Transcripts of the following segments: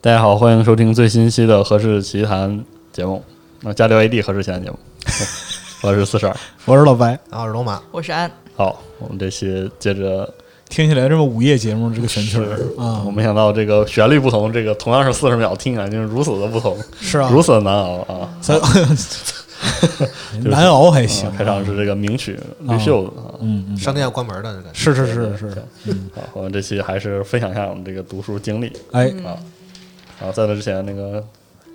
大家好，欢迎收听最新一期的《何氏奇谈》节目，那加六 AD 何氏奇谈节目， 我是四十二。我是老白，啊，罗马，我是安，好，我们这期接着听起来这么午夜节目这个选曲儿啊我，没想到这个旋律不同，这个同样是四十秒，听起来就是如此的不同，是啊，如此的难熬啊！咱 难熬还行啊，开场是这个名曲《绿袖子》啊。嗯嗯，商店要关门的这个，是是是是，好，我们这期还是分享一下我们这个读书经历哎，啊。然后在那之前，那个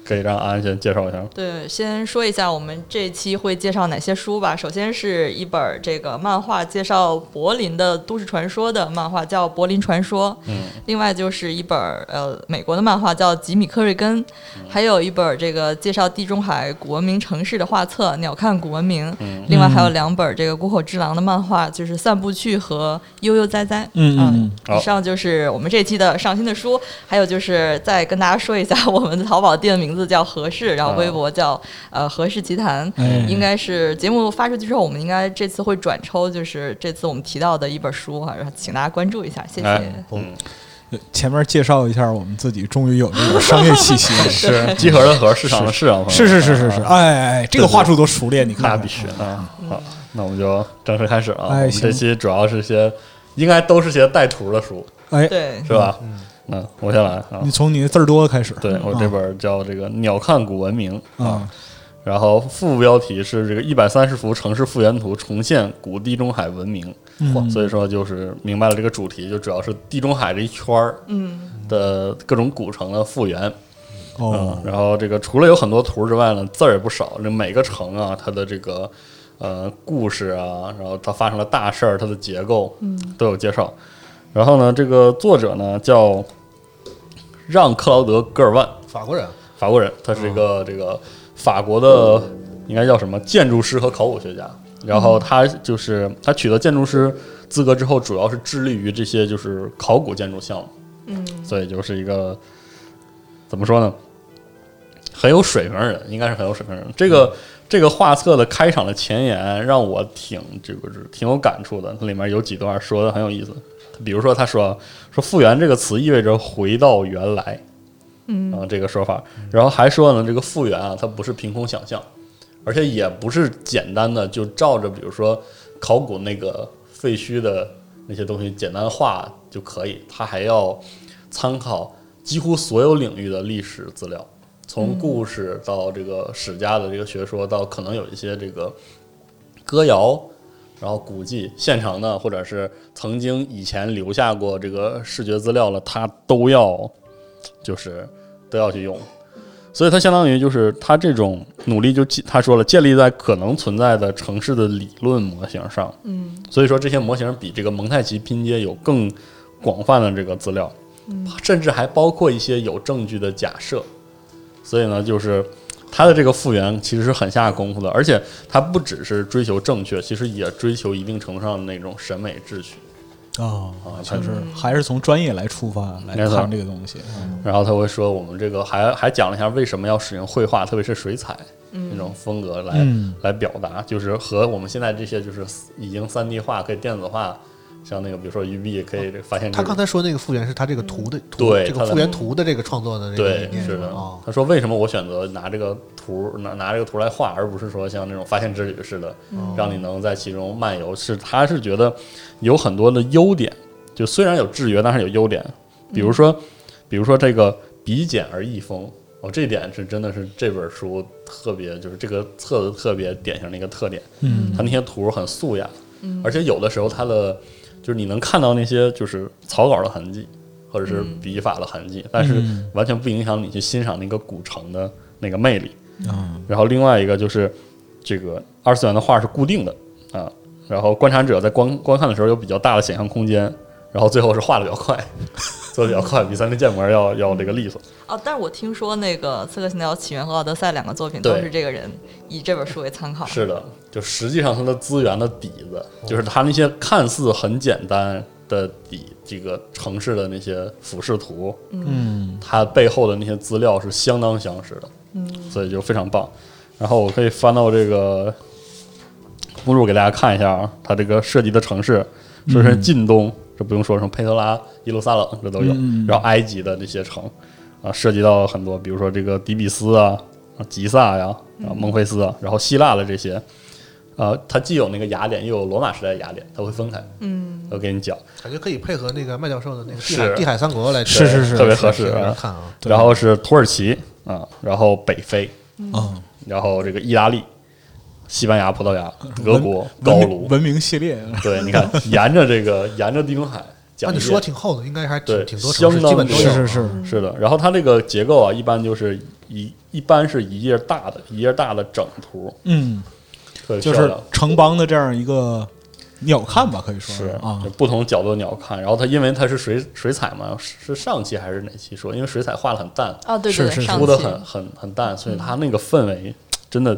可以让安先介绍一下吗。对，先说一下我们这期会介绍哪些书吧。首先是一本这个漫画，介绍柏林的都市传说的漫画，叫《柏林传说》。嗯，另外就是一本呃美国的漫画，叫《吉米·克瑞根》，还有一本这个介绍地中海古文明城市的画册《鸟瞰古文明》。嗯另外还有两本这个谷口之狼的漫画，就是《散步去》和《悠悠哉哉》。啊嗯嗯好以上就是我们这期的上新的书，还有就是再跟大家说一下，我们的淘宝店名字叫何氏，然后啊微博叫呃何氏奇谈，哎应该是节目发出去之后，我们应该这次会转抽，就是这次我们提到的一本书哈，然后请大家关注一下，谢谢。哎，嗯，前面介绍一下，我们自己终于有这个商业气息了， 是集合的合，市场的市啊，朋友们是是是是是，啊哎哎哎，这个话术多熟练，你看那看必须啊！好，那我们就正式开始啊。嗯哎我们行这期主要是些，应该都是些带图的书，哎，对，是吧？嗯，我先来啊你。从你的字儿多开始，对我这本叫这个《鸟瞰古文明》啊，然后副标题是这个一百三十幅城市复原图重现古地中海文明，嗯所以说就是明白了这个主题，就主要是地中海这一圈儿嗯，的各种古城的复原。哦嗯，，然后这个除了有很多图之外呢，字儿也不少。这每个城啊，它的这个呃故事啊，然后它发生了大事儿，它的结构，嗯，都有介绍。然后呢，这个作者呢叫让克劳德·戈尔万，哦法国人，法国人，他是一个这个法国的应该叫什么建筑师和考古学家。然后他就是他取得建筑师资格之后，主要是致力于这些就是考古建筑项目。嗯，所以就是一个怎么说呢，很有水平的人，应该是很有水平的人。这个这个画册的开场的前言让我挺这个是挺有感触的，它里面有几段说的很有意思。比如说他说说复原这个词意味着回到原来，嗯啊、这个说法，然后还说呢，这个复原啊，它不是凭空想象，而且也不是简单的就照着比如说考古那个废墟的那些东西简单画就可以，它还要参考几乎所有领域的历史资料，从故事到这个史家的这个学说，到可能有一些这个歌谣。然后古迹现成的，或者是曾经以前留下过这个视觉资料了，它都要就是都要去用。所以它相当于就是它这种努力就建他说了，建立在可能存在的城市的理论模型上。嗯，所以说这些模型比这个蒙太奇拼接有更广泛的这个资料，甚至还包括一些有证据的假设。所以呢，就是它的这个复原其实是很下功夫的，而且它不只是追求正确，其实也追求一定程度上的那种审美秩序。哦，啊确实还是从专业来出发来没错看这个东西，嗯然后他会说，我们这个还还讲了一下为什么要使用绘画，特别是水彩那种风格来、嗯来表达，就是和我们现在这些就是已经三 D 化可以电子化，像那个比如说鱼币可以发现、这他个。刚才说那个复原是他这个图的图，对这他个的复原图的这个创作的这个理对，念是的。啊，他说为什么我选择拿这个图拿拿这个图来画，而不是说像那种发现之旅似的，嗯让你能在其中漫游？是他是觉得有很多的优点，就虽然有制约，但是有优点，比如嗯说，比如说这个比简而易风。哦，这点是真的是这本书特别，就是这个册子特别典型的一个特点。嗯它那些图很素雅，嗯而且有的时候它的就是你能看到那些就是草稿的痕迹，或者是笔法的痕迹，但是嗯完全不影响你去欣赏那个古城的那个魅力。嗯然后另外一个就是这个二次元的画是固定的啊，然后观察者在观观看的时候有比较大的想象空间，然后最后是画的比较快， 做的比较快，比三 D 建模要要这个利索。哦，但是我听说那个《刺客信条：起源》和《奥德赛》两个作品都对是这个人以这本书为参考，是的，就实际上它的资源的底子，就是它那些看似很简单的底，这个城市的那些俯视图，嗯，它背后的那些资料是相当相似的，嗯，所以就非常棒。然后我可以翻到这个目录给大家看一下啊，它这个涉及的城市，说嗯是近东，这不用说，什么佩特拉、耶路撒冷这都有，嗯嗯嗯然后埃及的那些城，啊，涉及到很多，比如说这个底比斯啊、啊吉萨呀、啊孟菲斯啊，然后希腊的这些，啊，它既有那个雅典，又有罗马时代的雅典，它会分开。嗯，我给你讲，感觉可以配合那个麦教授的那个地是海地海三国来是是是特别合适来啊。看啊。对然后是土耳其啊，然后北非，嗯，然后这个意大利、西班牙、葡萄牙、德文国、高文明卢，文明系列，对，你 看，沿着这个沿着地中海那啊讲一遍，你说挺厚的，应该还对挺挺多城市，相当基本都多有啊。是是是，是的，然后它这个结构啊，一般就是一一般是一页大的，一页大的整图，嗯，特别就漂是亮城邦的这样一个鸟瞰吧，可以说是啊就，嗯不同角度你要看。然后它因为它是水水彩嘛，是是上期还是哪期说？因为水彩画的很淡，啊，对是对，是是上涂的期嗯很很很淡，所以它那个氛围真的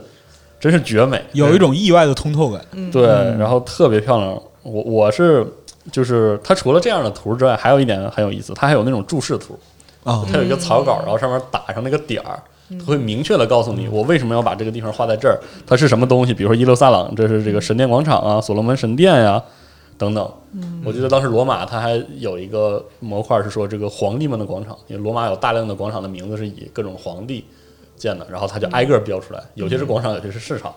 真是绝美，有一种意外的通透感。对，嗯然后特别漂亮。我我是就是它除了这样的图之外，还有一点很有意思，它还有那种注释图。啊，它有一个草稿，然后上面打上那个点儿，它会明确的告诉你我为什么要把这个地方画在这儿，它是什么东西，比如说耶路撒冷，这是这个神殿广场啊，所罗门神殿呀、等等。我记得当时罗马它还有一个模块是说这个皇帝们的广场，因为罗马有大量的广场的名字是以各种皇帝建的，然后它就挨个儿标出来，有些是广场，有些是市场，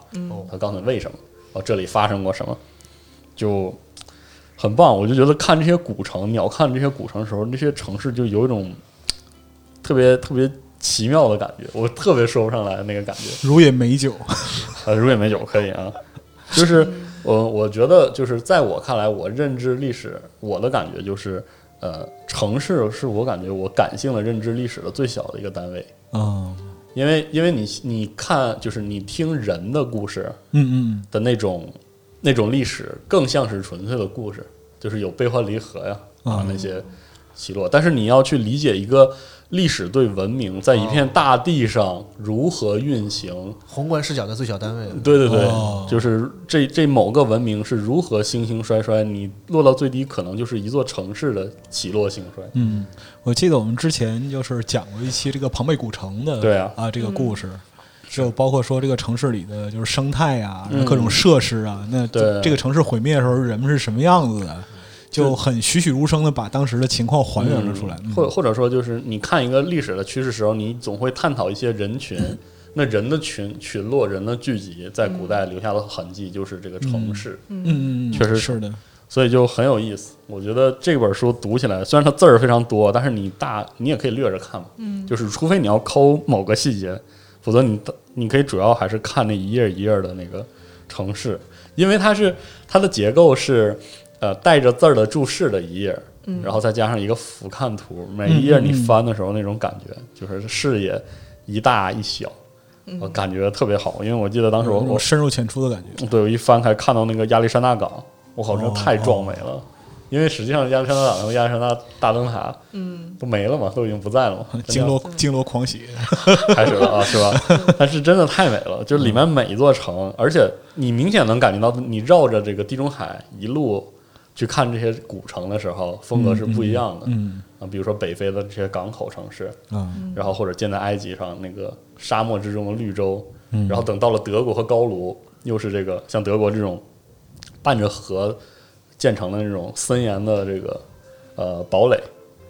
它告诉你为什么，哦，这里发生过什么，就。很棒，我就觉得看这些古城，鸟看这些古城的时候，这些城市就有一种特别特别奇妙的感觉，我特别说不上来那个感觉。如饮美酒，啊，如也美酒可以啊，就是我我觉得就是在我看来，我认知历史，我的感觉就是，呃，城市是我感觉我感性的认知历史的最小的一个单位，嗯因为因为你你看就是你听人的故事嗯的那种那种历史，更像是纯粹的故事，就是有悲欢离合呀啊嗯那些起落，但是你要去理解一个。历史对文明在一片大地上如何运行，宏观视角的最小单位，对对对，哦就是这这某个文明是如何兴兴衰衰，你落到最低，可能就是一座城市的起落兴衰。嗯嗯，我记得我们之前就是讲过一期这个庞贝古城的，对啊啊这个故事。就包括说这个城市里的就是生态啊，嗯各种设施啊，那对这个城市毁灭的时候人们是什么样子的，就很栩栩如生的把当时的情况还原了出来。嗯或或者说就是你看一个历史的趋势时候，你总会探讨一些人群，嗯那人的群群落、人的聚集，在古代留下的痕迹就是这个城市，嗯嗯，嗯确实是的，所以就很有意思。我觉得这本书读起来，虽然它字儿非常多，但是你大你也可以略着看嘛，嗯就是除非你要抠某个细节，否则你你可以主要还是看那一页一页的那个城市，因为它是它的结构是呃带着字儿的注释的一页，然后再加上一个俯瞰图，每一页你翻的时候那种感觉，就是视野一大一小，我感觉特别好，因为我记得当时我有一种我嗯深入浅出的感觉。对我一翻开看到那个亚历山大港，我靠，真的哦太壮美了。因为实际上亚历山大港和亚历山大大灯塔嗯都没了嘛，都已经不在了嘛。啊经罗啊经罗狂喜，开始了啊，是吧？但是真的太美了，就是嗯里面每一座城，而且你明显能感觉到，你绕着这个地中海一路去看这些古城的时候，风格是不一样的。嗯啊，比如说北非的这些港口城市，啊，然后或者建在埃及上那个沙漠之中的绿洲，嗯然后等到了德国和高卢，又是这个像德国这种伴着河建成的那种森严的这个呃堡垒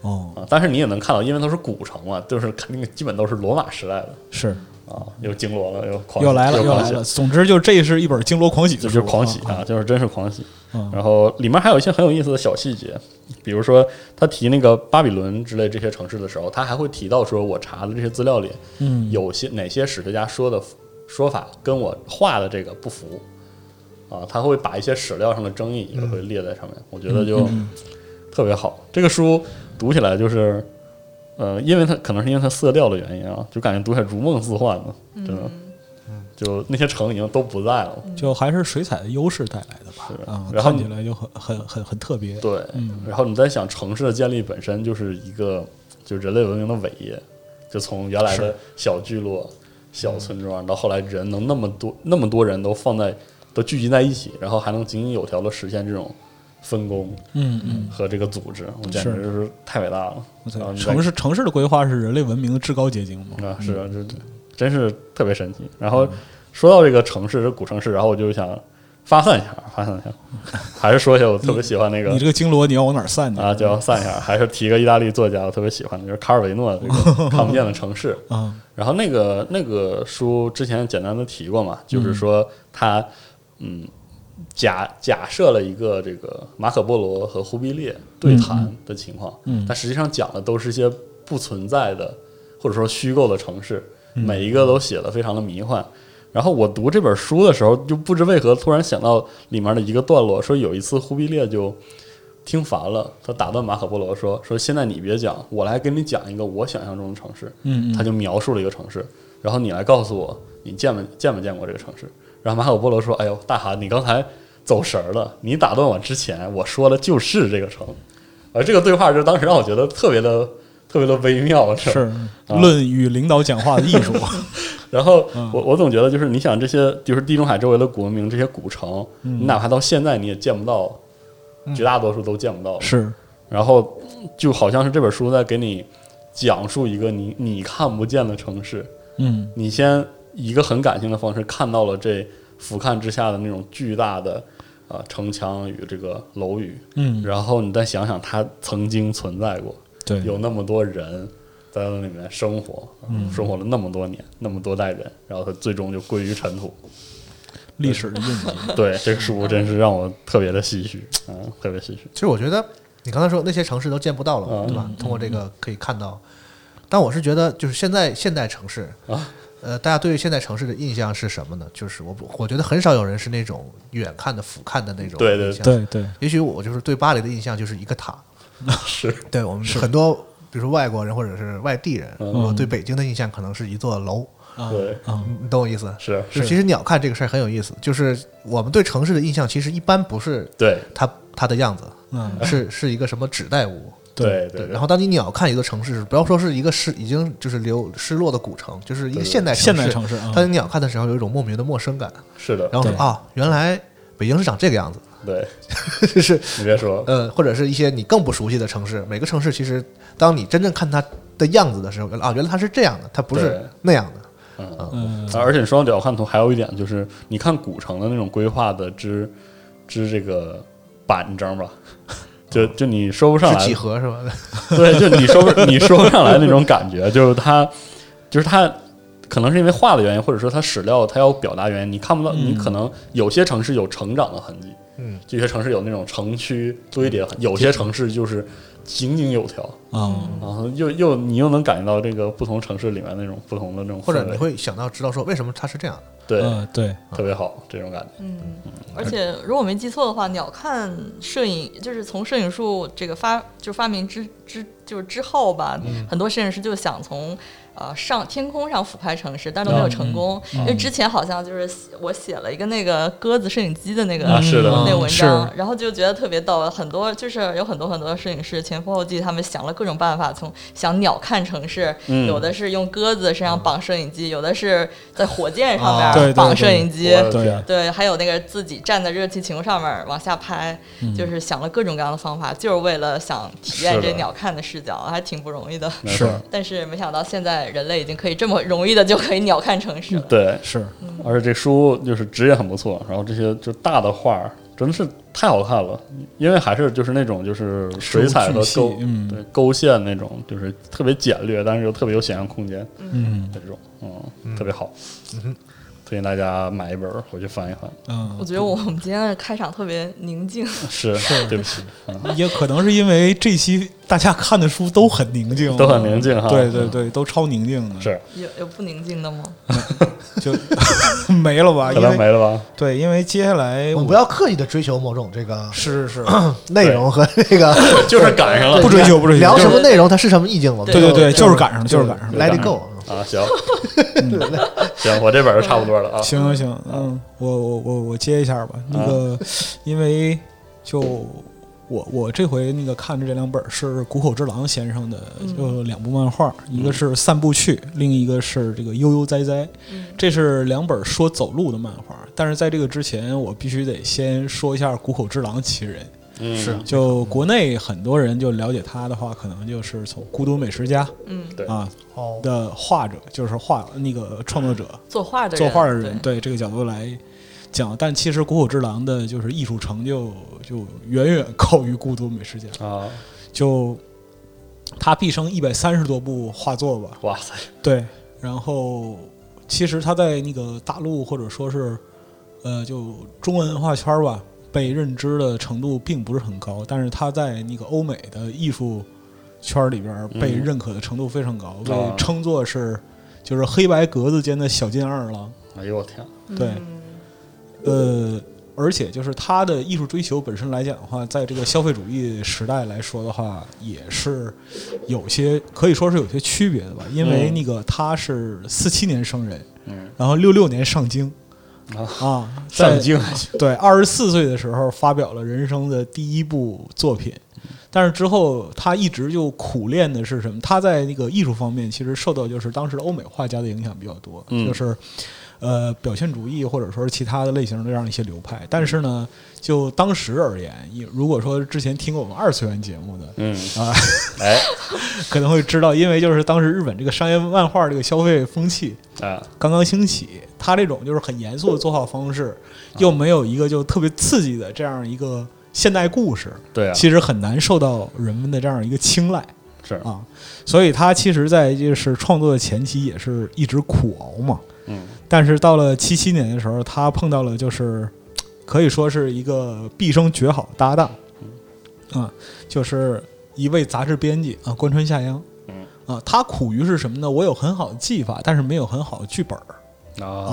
哦，啊。但是你也能看到，因为都是古城嘛，就是 肯定基本都是罗马时代的。是啊，又经罗了，又狂又来了又又狂来喜了。，总之就这是一本经罗狂喜就的是书，狂喜啊啊，就是真是狂喜。嗯然后里面还有一些很有意思的小细节，比如说他提那个巴比伦之类这些城市的时候，他还会提到说，我查的这些资料里嗯有些哪些史学家说的说法跟我画的这个不符啊，他会把一些史料上的争议也会列在上面，我觉得嗯就特别好。这个书读起来就是，呃，因为它可能是因为它色调的原因啊，就感觉读起来如梦似幻的，真的。就那些城已经都不在了，就还是水彩的优势带来的吧是，啊，然后看你起来就很很很很特别，对，然后你在想城市的建立本身就是一个就人类文明的伟业，就从原来的小聚落、小村嗯庄，到后来人能那么多那么多人都放在都聚集在一起，然后还能井井有条的实现这种分工嗯嗯，和这个组织，我简直是就是太伟大了。我然后啊操你再城市嗯城市的规划是人类文明的至高结晶嘛，啊，是嗯啊，这真是特别神奇。然后说到这个城市，这古城市，然后我就想发散一下，发散一下。 还是说一下我特别喜欢那个你这个经罗你要往哪儿散呢？啊，就要散一下。还是提一个意大利作家，我特别喜欢的，就是卡尔维诺的这个看不见的城市。 啊，然后那个那个书之前简单的提过嘛，就是说他嗯假假设了一个这个马可波罗和忽必烈对谈的情况，嗯嗯嗯但实际上讲的都是一些不存在的或者说虚构的城市，嗯每一个都写的非常的迷幻。然后我读这本书的时候，就不知为何突然想到里面的一个段落，说有一次忽必烈就听烦了，他打断马可波罗说：“说现在你别讲，我来跟你讲一个我想象中的城市。”嗯他嗯，就描述了一个城市，然后你来告诉我你见没见没见过这个城市。然后马可波罗说：“哎呦，大韩，你刚才走神儿了，你打断我之前我说的就是这个城。”而这个对话就当时让我觉得特别的特别的微妙，吧是啊论与领导讲话的艺 术，然后嗯我我总觉得就是你想这些就是地中海周围的古文明这些古城，嗯你哪怕到现在你也见不到，绝大多数都见不到。是然后就好像是这本书在给你讲述一个你你看不见的城市，嗯你先以一个很感性的方式看到了这俯瞰之下的那种巨大的呃城墙与这个楼宇，嗯，然后你再想想它曾经存在过，对，有那么多人在那里面生活，生活了那么多年，那么多代人，然后它最终就归于尘土。历史的印记，对，这个书真是让我特别的唏嘘，嗯，特别唏嘘。其实我觉得你刚才说那些城市都见不到了，嗯对吧？通过这个可以看到，但我是觉得就是现在现代城市啊。呃，大家对于现代城市的印象是什么呢？就是我不我觉得很少有人是那种远看的、俯瞰的那种对对印象对对，也许我就是对巴黎的印象就是一个塔， 是嗯对我们很多，比如说外国人或者是外地人，我对北京的印象可能是一座楼，啊对啊，你懂我意思？是，就其实鸟瞰这个事儿很有意思，就是我们对城市的印象其实一般不是对它它的样子，嗯 是是一个什么纸袋屋。对对，对然后当你鸟瞰一个城市，不要说是一个失已经就是流失落的古城，就是一对个对现代现代城城市啊市，，当你鸟瞰的时候有一种莫名的陌生感，是的，然后说对啊，原来北京是长这个样子，对， 就是你别说，呃，或者是一些你更不熟悉的城市。每个城市其实，当你真正看它的样子的时候，啊，原来它是这样的，它不对是那样的。嗯。嗯呃啊而且你说到鸟瞰图，还有一点就是，你看古城的那种规划的之之这个板正吧，就嗯就你说不上是来几，何是吧？ 对，就你说不 你说不上来那种感觉，就是它，就是它，可能是因为画的原因，或者说它史料它要表达原因，你看不到，你可能有些城市有成长的痕迹，嗯，有些城市有那种城区堆叠的痕，有些城市就是井井有条，啊，然后又又你又能感觉到这个不同城市里面那种不同的那种氛或围，者你会想到知道说为什么它是这样的？对、嗯对，特别好这种感觉。嗯，而且如果没记错的话，鸟瞰摄影就是从摄影术这个发就发明之之就是之后吧，很多摄影师就想从呃上天空上俯瞰城市，但都没有成功，因为之前好像就是写我写了一个那个鸽子摄影机的那个、啊是的那个文章是，然后就觉得特别逗，很多就是有很多很多摄影师前赴后继，他们想了各种办法，从想鸟瞰城市，嗯有的是用鸽子身上绑摄影机，有的是在火箭上啊对对面绑摄对影机。我的对天对，还有那个自己站在热气球上面儿往下拍，就是想了各种各样的方法，就是为了想体验是这的鸟瞰的视角，还挺不容易的。没错是 但是没想到现在人类已经可以这么容易的就可以鸟瞰城市了。对，是，而且这书就是纸也很不错，然后这些就大的画儿真的是太好看了，因为还是就是那种就是水彩和事无勾巨细嗯对勾线那种，就是特别简略，但是又特别有想象空间嗯的这种，嗯，特别好，推荐大家买一本儿回去翻一翻。我嗯，觉得我们今天的开场特别宁静，是，对不起，嗯，也可能是因为这期大家看的书都很宁静，啊都很宁静哈嗯对对对，都超宁静的，是有有不宁静的吗？就 没了吧？可啊因能没为了吧？对，因为接下来我嗯们不要刻意的追求某种这个是是，内容和 这个，就是赶上了不追求不追求聊就什是么内容，它是什么意境，我们对对对，就就是赶上了，就是赶上了。 Let it go。啊，行，行，我这本儿差不多了啊，行行行，嗯，我我我我接一下吧。那嗯个，因为就我我这回那个看的这两本是谷口治郎先生的，就两部漫画，一嗯个是《散步去》，另一个是这个《悠悠哉哉》，这是两本说走路的漫画。但是在这个之前，我必须得先说一下谷口治郎其人。嗯，是就国内很多人就了解他的话，可能就是从《孤独美食家嗯，对》啊哦，的画者，就是画那个创作者。作画的人，作画的人对，对这个角度来讲，但其实谷口治郎的就是艺术成就就远远高于孤独美食家，啊，就他毕生一百三十多部画作吧，哇塞，对，然后其实他在那个大陆或者说是呃，就中文文化圈儿吧，被认知的程度并不是很高，但是他在那个欧美的艺术圈儿里边儿被嗯认可的程度非常高，啊被称作是就是黑白格子间的小金二郎。哎呦我天，对呃，而且就是他的艺术追求本身来讲的话，在这个消费主义时代来说的话，也是有些可以说是有些区别的吧，因为嗯那个他是四七年生人，嗯，然后六六年上京啊啊，在上镜，对二十四岁的时候发表了人生的第一部作品。但是之后，他一直就苦练的是什么？他在那个艺术方面，其实受到就是当时的欧美画家的影响比较多，嗯就是呃表现主义或者说是其他的类型的这样一些流派。但是呢，就当时而言，也如果说之前听过我们二次元节目的，嗯啊，哎可能会知道，因为就是当时日本这个商业漫画这个消费风气，啊，刚刚兴起，他这种就是很严肃的作画方式，啊又没有一个就特别刺激的这样一个现代故事，对啊，其实很难受到人们的这样一个青睐是，啊。所以他其实，在就是创作的前期也是一直苦熬嘛。嗯但是到了七七年的时候，他碰到了就是可以说是一个毕生绝好搭档，嗯啊，就是一位杂志编辑啊，关川夏央嗯。啊，他苦于是什么呢？我有很好的技法，但是没有很好的剧本儿。哦啊，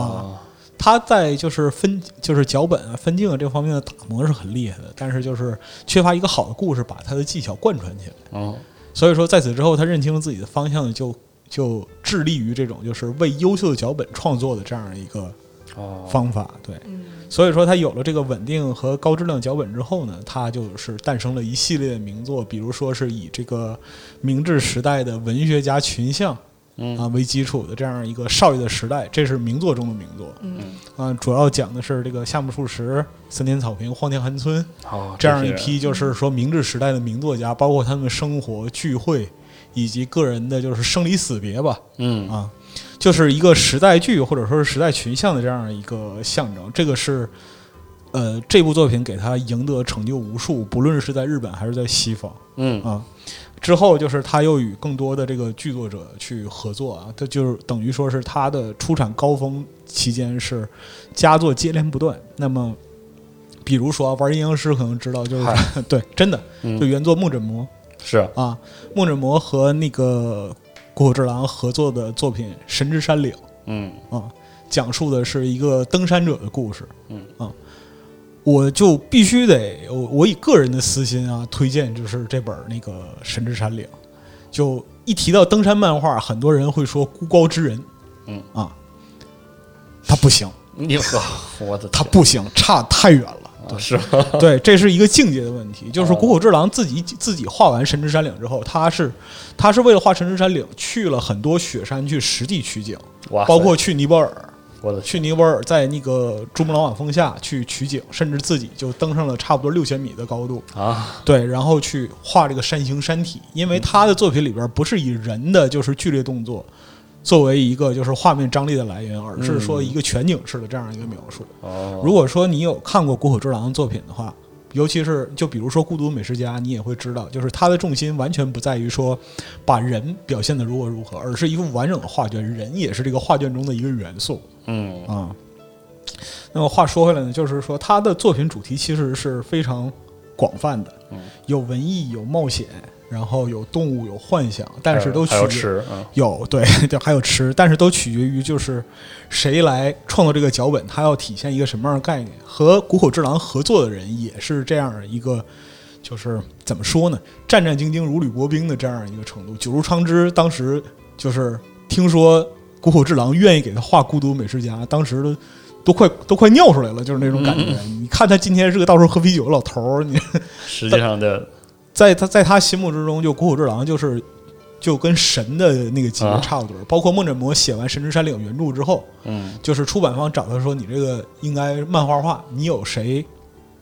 他在就是分就是脚本啊、分镜啊这方面的打磨是很厉害的，但是就是缺乏一个好的故事把他的技巧贯穿起来。嗯所以说，在此之后，他认清了自己的方向，就就致力于这种就是为优秀的脚本创作的这样一个哦，方法。对，嗯所以说他有了这个稳定和高质量脚本之后呢，他就是诞生了一系列的名作，比如说是以这个明治时代的文学家群像啊嗯为基础的这样一个少爷的时代，这是名作中的名作。嗯啊，主要讲的是这个夏目漱石、森田草坪、荒田寒村哦，这样些一人，批，就是说明治时代的名作家，包括他们生活、聚会以及个人的就是生离死别吧，嗯啊，就是一个时代剧或者说是时代群像的这样一个象征。这个是，呃，这部作品给他赢得成就无数，不论是在日本还是在西方。嗯啊。之后就是他又与更多的这个剧作者去合作啊，他就是等于说是他的出产高峰期间是佳作接连不断。那么，比如说啊玩阴阳师可能知道，就是 对，真的就嗯，原作木枕魔是，啊，木枕魔和那个谷口治郎合作的作品《神之山岭》。嗯啊，讲述的是一个登山者的故事。嗯啊，我就必须得我我以个人的私心啊，推荐就是这本儿那个《神之山岭》。就一提到登山漫画，很多人会说孤高之人。嗯啊，他不行，你呵，我的他天不行，差太远 了。啊是吗， 对，这是一个境界的问题。就是哦谷口治郎自己自己画完《神之山岭》之后，他是他是为了画《神之山岭》去了很多雪山去实地取景，哇塞，包括去尼泊尔，我的去，去尼泊尔，在那个珠穆朗玛峰下去取景，甚至自己就登上了差不多六千米的高度，啊，对，然后去画这个山形山体，因为他的作品里边不是以人的就是剧烈动作作为一个就是画面张力的来源，而是说一个全景式的这样一个描述。哦，如果说你有看过谷口治郎的作品的话，尤其是就比如说《孤独美食家》，你也会知道，就是他的重心完全不在于说把人表现的如何如何，而是一幅完整的画卷，人也是这个画卷中的一个元素。嗯啊。那么话说回来呢，就是说他的作品主题其实是非常广泛的，嗯有文艺，有冒险，然后有动物，有幻想，但还是有都取还要决吃，嗯有对， 就还有吃，但是都取决于就是谁来创作这个脚本，他要体现一个什么样的概念。和谷口治郎合作的人也是这样一个，就是怎么说呢，战战兢兢如履薄冰的这样一个程度。九如昌之当时就是听说谷口治郎愿意给他画《孤独美食家》，当时都都快都快尿出来了，就是那种感觉。你看他今天是个到处喝啤酒的老头儿，你嗯实际上的在他在他心目之中，就谷口治郎就是就跟神的那个级别啊差不多。包括梦枕魔写完《神之山岭》原著之后，嗯就是出版方找他说：“你这个应该漫画化，你有谁？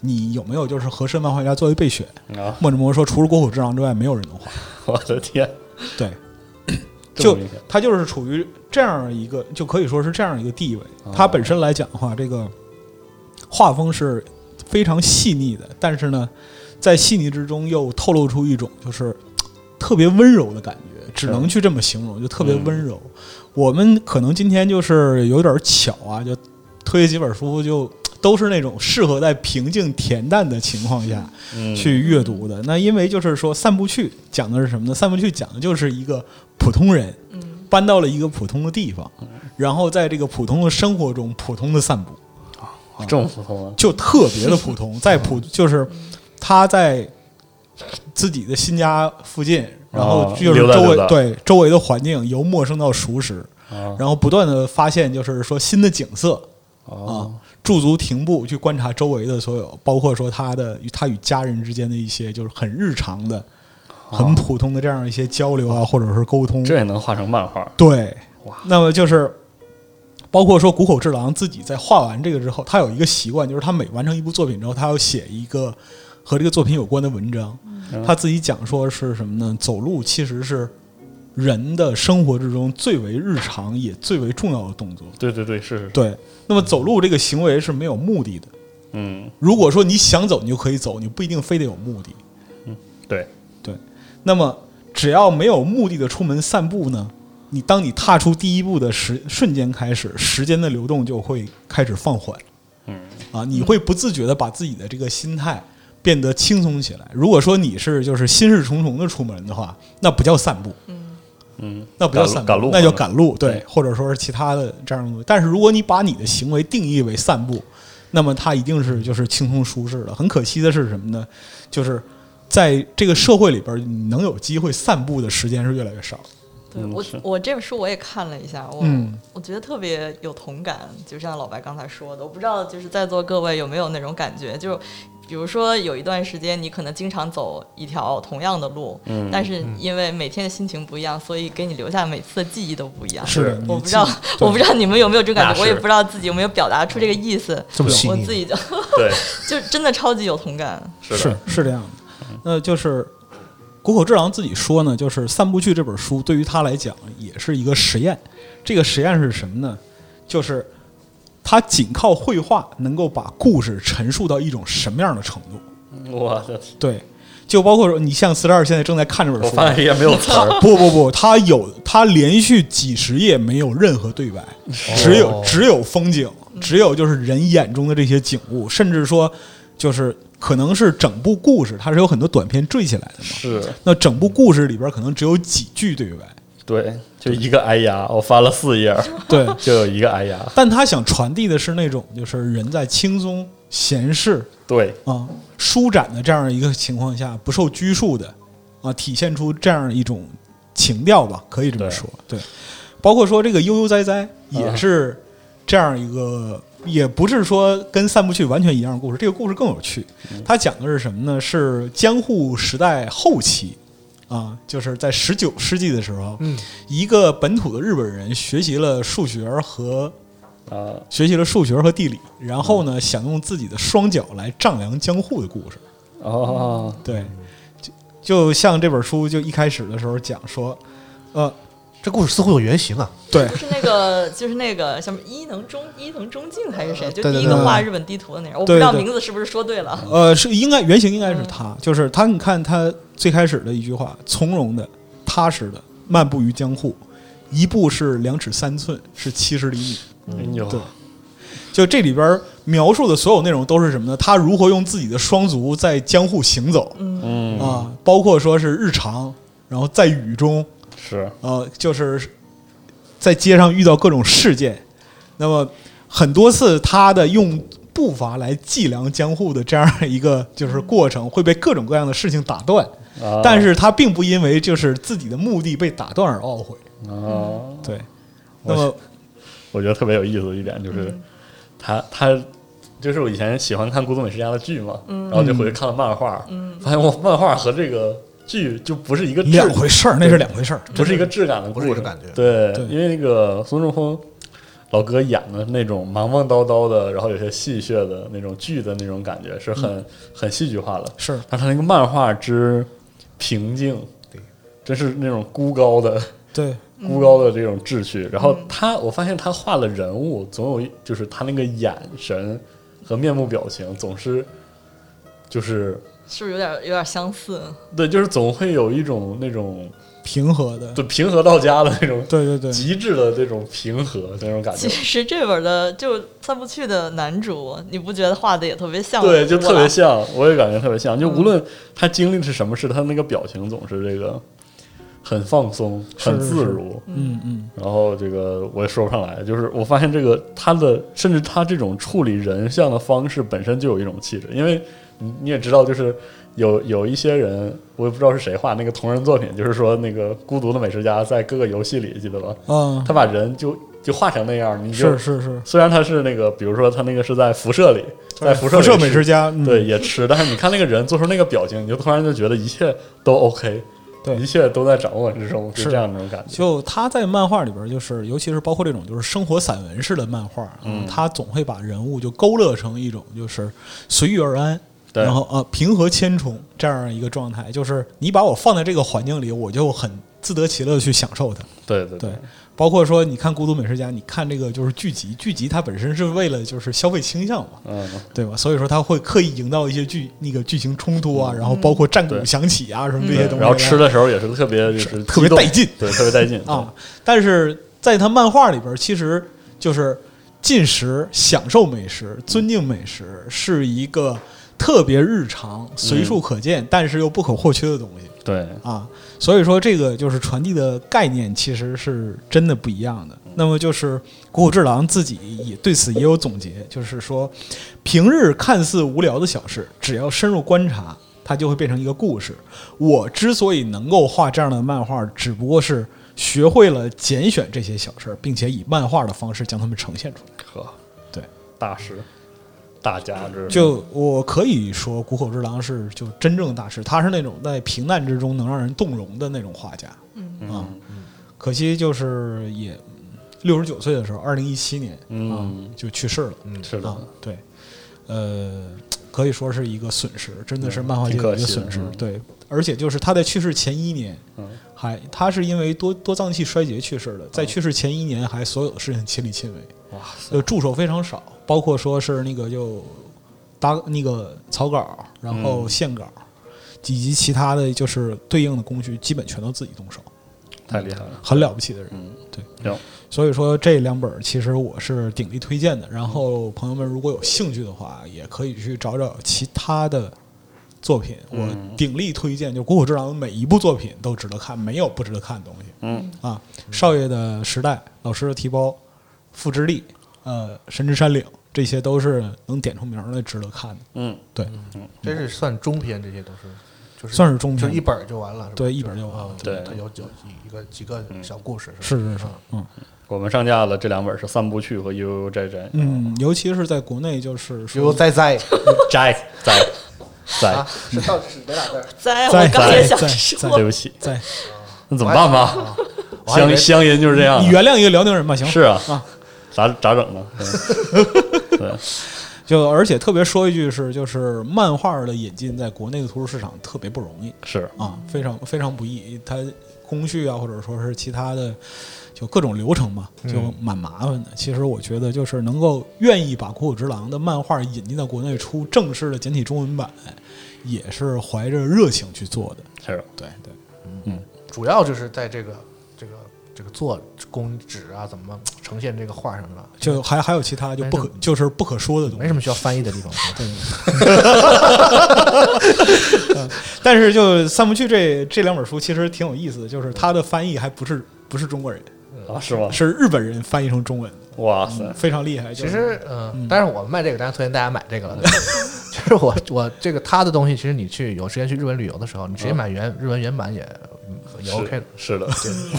你有没有就是合适漫画家作为备选啊？”，梦枕魔说：“除了谷口治郎之外，没有人能画。我的天，” 对，这么就明显他就是处于这样一个，就可以说是这样一个地位哦。他本身来讲的话，这个画风是非常细腻的，但是呢，在细腻之中又透露出一种就是特别温柔的感觉，只能去这么形容，就特别温柔。我们可能今天就是有点巧啊，就推几本书就。都是那种适合在平静恬淡的情况下嗯，去阅读的。那因为就是说，散步去讲的是什么呢？散步去讲的就是一个普通人，嗯，搬到了一个普通的地方，然后在这个普通的生活中普通的散步，这么普通啊？就特别的普通，在普就是他在自己的新家附近，然后就是啊溜达周围、溜达对周围的环境由陌生到熟识，啊然后不断的发现就是说新的景色，啊哦，驻足停步去观察周围的所有，包括说他的与他与家人之间的一些就是很日常的、很普通的这样一些交流啊，或者是沟通。啊这也能画成漫画？对哇，那么就是包括说谷口智郎自己在画完这个之后，他有一个习惯，就是他每完成一部作品之后，他要写一个和这个作品有关的文章。嗯他自己讲说是什么呢？走路其实是人的生活之中最为日常也最为重要的动作。对对对，是是，是对，那么走路这个行为是没有目的的。嗯，如果说你想走，你就可以走，你不一定非得有目的。对，对，那么只要没有目的的出门散步呢，你当你踏出第一步的时瞬间开始，时间的流动就会开始放缓。嗯，啊，你会不自觉的把自己的这个心态变得轻松起来。如果说你是就是心事重重的出门的话，那不叫散步，嗯，那不叫赶散路，步，赶路那叫赶路，对，对或者说是其他的这样的东西。但是如果你把你的行为定义为散步，那么它一定是就是轻松舒适的。很可惜的是什么呢？就是在这个社会里边，你能有机会散步的时间是越来越少。对嗯我是我这本书我也看了一下，我、嗯我觉得特别有同感，就像老白刚才说的，我不知道就是在座各位有没有那种感觉，就比如说有一段时间你可能经常走一条同样的路，嗯但是因为每天的心情不一样，所以给你留下每次的记忆都不一样。是的，你我不知道记，对我不知道你们有没有这种感那觉，我也是不知道自己有没有表达出这个意思。这么细我腻自己就 对，就真的超级有同感。的是，是这样的。那就是谷口智郎自己说呢，就是《散步去》这本书对于他来讲也是一个实验。这个实验是什么呢？就是他仅靠绘画能够把故事陈述到一种什么样的程度？我的天，对，就包括说你像四十二现在正在看这本我书，发现也没有词儿，不不不，他有他连续几十页没有任何对白， 只哦有只有风景，只有就是人眼中的这些景物，甚至说就是可能是整部故事，它是有很多短片缀起来的嘛。是那整部故事里边可能只有几句对白，对，就一个哎呀，我翻了四 页，对，就有一个哎呀，但他想传递的是那种就是人在轻松闲适对，啊、舒展的这样一个情况下，不受拘束的啊，体现出这样一种情调吧，可以这么对说。对，包括说这个悠悠哉哉也啊是这样一个，也不是说跟散步去完全一样的故事，这个故事更有趣。它讲的是什么呢？是江户时代后期。啊，就是在十九世纪的时候，嗯一个本土的日本人学习了数学和啊，学习了数学和地理，然后呢，想用自己的双脚来丈量江户的故事。哦，对，就就像这本书就一开始的时候讲说，呃，这故事似乎有原型啊，对就是那个，就是那个什么伊能中伊能中敬还是谁？就对第对一个啊对画日本地图的那人，我不对知道对名字是不是说对了。 呃，是应该原型应该是他，就是他，你看他最开始的一句话，从容的、踏实的漫步于江户，一步是两尺三寸，是七十厘米。哎呦嗯对，就这里边描述的所有内容都是什么呢？他如何用自己的双足在江户行走嗯，嗯，啊，包括说是日常，然后在雨中，是，呃，就是在街上遇到各种事件，那么很多次他的用步伐来计量江户的这样一个就是过程会被各种各样的事情打断，啊但是他并不因为就是自己的目的被打断而懊悔，啊，对，那么我觉得特别有意思的一点就是，他他就是我以前喜欢看古佐美世家的剧嘛，然后就回去看了漫画，发现我漫画和这个剧就不是一个质两回事儿，那是两回事儿，不是一个质感的故事，不是一个感觉对，对因为那个孙中峰老哥演的那种忙忙叨叨的，然后有些戏谑的那种剧的那种感觉，是嗯很、很戏剧化的。是但是他那个漫画之平静，对，嗯真是那种孤高的。对，孤高的这种志趣。然后他，我发现他画了人物，总有一就是他那个眼神和面部表情总是就是是不是有点有点相似？对，就是总会有一种那种平和的，就平和到家的那种对对对，极致的这种平和 那种感觉其。实这本的就三部曲的男主，你不觉得画的也特别像吗？对，就特别我像，我也感觉特别像。就无论他经历的是什么事，他那个表情总是这个很放松、是很是自是如。嗯嗯，然后这个我也说不上来，就是我发现这个他的，甚至他这种处理人像的方式本身就有一种气质，因为你你也知道，就是有有一些人，我也不知道是谁画那个同人作品，就是说那个孤独的美食家在各个游戏里记得吧，啊，他把人就就画成那样，你就是是是，虽然他是那个，比如说他那个是在辐射里，在辐射射里美吃食家，嗯对，也吃。但是你看那个人做出那个表情，你就突然就觉得一切都 OK，对一切都在掌握之中，就是这样一种感觉。就他在漫画里边，就是尤其是包括这种就是生活散文式的漫画，啊嗯他总会把人物就勾勒成一种就是随遇而安，对然后呃平和千重这样一个状态，就是你把我放在这个环境里，我就很自得其乐地去享受它。对对对，包括说你看《孤独美食家》，你看这个就是剧集，剧集它本身是为了就是消费倾向嘛，嗯，对吧？所以说它会刻意营造一些剧那个剧情冲突啊，然后包括战鼓对响起啊什么这对些东西，然后吃的时候也是特别就是是特激别动带劲，对，特别带劲啊。但是在他漫画里边儿，其实就是进食、享受美食、尊敬美食，是一个特别日常、随处可见，但是又不可或缺的东西对。啊。所以说，这个就是传递的概念，其实是真的不一样的。那么就是谷口治郎自己也对此也有总结，就是说，平日看似无聊的小事，只要深入观察。它就会变成一个故事。我之所以能够画这样的漫画，只不过是学会了拣选这些小事儿，并且以漫画的方式将它们呈现出来。呵，对，大师，大家这就我可以说，谷口之狼是就真正的大师，他是那种在平淡之中能让人动容的那种画家。啊嗯可惜就是也六十九岁的时候，二零一七年啊嗯，就去世了。是的啊，，对，呃，可以说是一个损失，真的是漫画嗯界挺的可一个惜的损失。嗯对，而且就是他在去世前一年，嗯还他是因为多多脏器衰竭去世的，在去世前一年还所有的事情亲力亲为，哇塞，就助手非常少，包括说是那个就搭那个草稿，然后嗯线稿，以及其他的就是对应的工具，基本全都自己动手，太厉害了，很了不起的人。嗯，对，行，所以说这两本儿其实我是鼎力推荐的。然嗯后朋友们如果有兴趣的话，也可以去找找其他的作品。我嗯鼎力推荐，就谷口之狼的每一部作品都值得看，没有不值得看的东西嗯，啊。少爷的时代、老师的提包、复之力、呃神之山岭，这些都是能点出名儿来值得看的。嗯，对，这是算中篇，这些都是，就是算是中就篇一本儿就完了，是吧对一本儿就完了嗯对它有有一个几个小故事，啊是吧是是，嗯我们上架了这两本是三部曲和悠悠斋斋，嗯，尤其是在国内，就是哎悠悠说哉 哉斋斋斋啊，，是到底是哪俩字儿？在在我刚也想在在对说，不起，在那怎么办吧？我还以为乡乡音就是这样你的，原谅一个辽宁人吧，行是啊啊，咋咋整呢？嗯对，就而且特别说一句是，就是漫画的引进在国内的图书市场特别不容易是，啊，非常非常不易，它工序啊或者说是其他的就各种流程嘛，就蛮麻烦的。其实我觉得就是能够愿意把谷口直郎的漫画引进到国内出正式的简体中文版，也是怀着热情去做的。是，啊对对，主要就是在这个这个这个做工纸啊，怎么呈现这个画上的吧，就还还有其他就不可没就是不可说的东西没。什么需要翻译 的地方。但是就三部曲这这两本书其实挺有意思的，就是它的翻译还不是不是中国人。啊，是吗？是日本人翻译成中文的，哇塞，非常厉害。就其是实，嗯，但是我们卖这个，当然推荐大家买这个了。对吧 其实我我这个他的东西，其实你去有时间去日本旅游的时候，你直接嗯买原日文原版也嗯也是 OK 的。是的，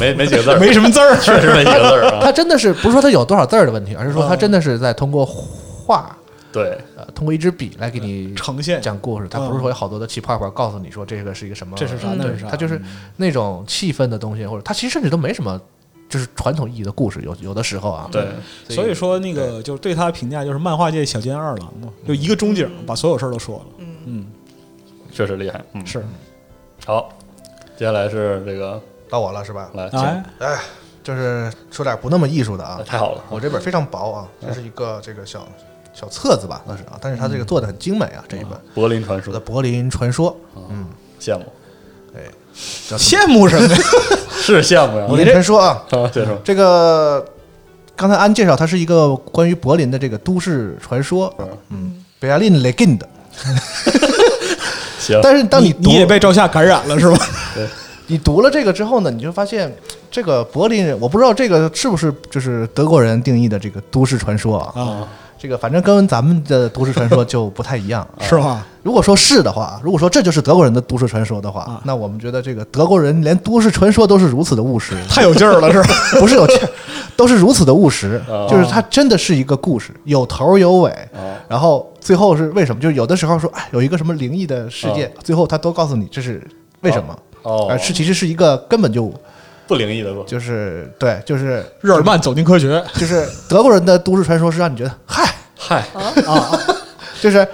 没没几个字 儿，没什么字儿，确实没几个字儿啊。他真的是不是说他有多少字儿的问题，而是说他嗯真的是在通过画，对，呃，通过一支笔来给你呈现讲故事。他不是说有好多的气泡泡告诉你说嗯这个是一个什么，这是啥？嗯那对是啥？它就是那种气氛的东西，或者它其实甚至都没什么，就是传统意义的故事。有有的时候啊，对，所以说那个就是对他的评价就是漫画界小金二郎嘛，就一个中景把所有事儿都说了。嗯，嗯，确实厉害。嗯，是，好，接下来是这个到我了是吧？来，哎请，哎，就是说点不那么艺术的啊哎，太好了，嗯我这本非常薄啊，这是一个这个小小册子吧，那是啊。但是它这个做的很精美啊，这一本柏林传《说的，柏林传说》。嗯，羡慕哎，羡慕什么呀？是羡慕呀柏林传说啊，啊，接着这个刚才安介绍，它是一个关于柏林的这个都市传说，嗯，Berlin Legend。行，但是 当你读也被赵夏感染了是吧？你读了这个之后呢，你就发现这个柏林人，我不知道这个是不是就是德国人定义的这个都市传说啊，啊，这个反正跟咱们的都市传说就不太一样。啊是吗？如果说是的话，如果说这就是德国人的都市传说的话，啊那我们觉得这个德国人连都市传说都是如此的务实，太有劲儿了是吧？不是有趣儿，都是如此的务实啊，就是它真的是一个故事，有头儿有尾啊，然后最后是为什么？就是有的时候说，哎，有一个什么灵异的事哦件，最后他都告诉你这是为什么，哦啊，，是其实是一个根本就不灵异的不，就是对，就是日耳曼走进科 学，就是德国人的都市传说是让你觉得嗨，嗨，啊就是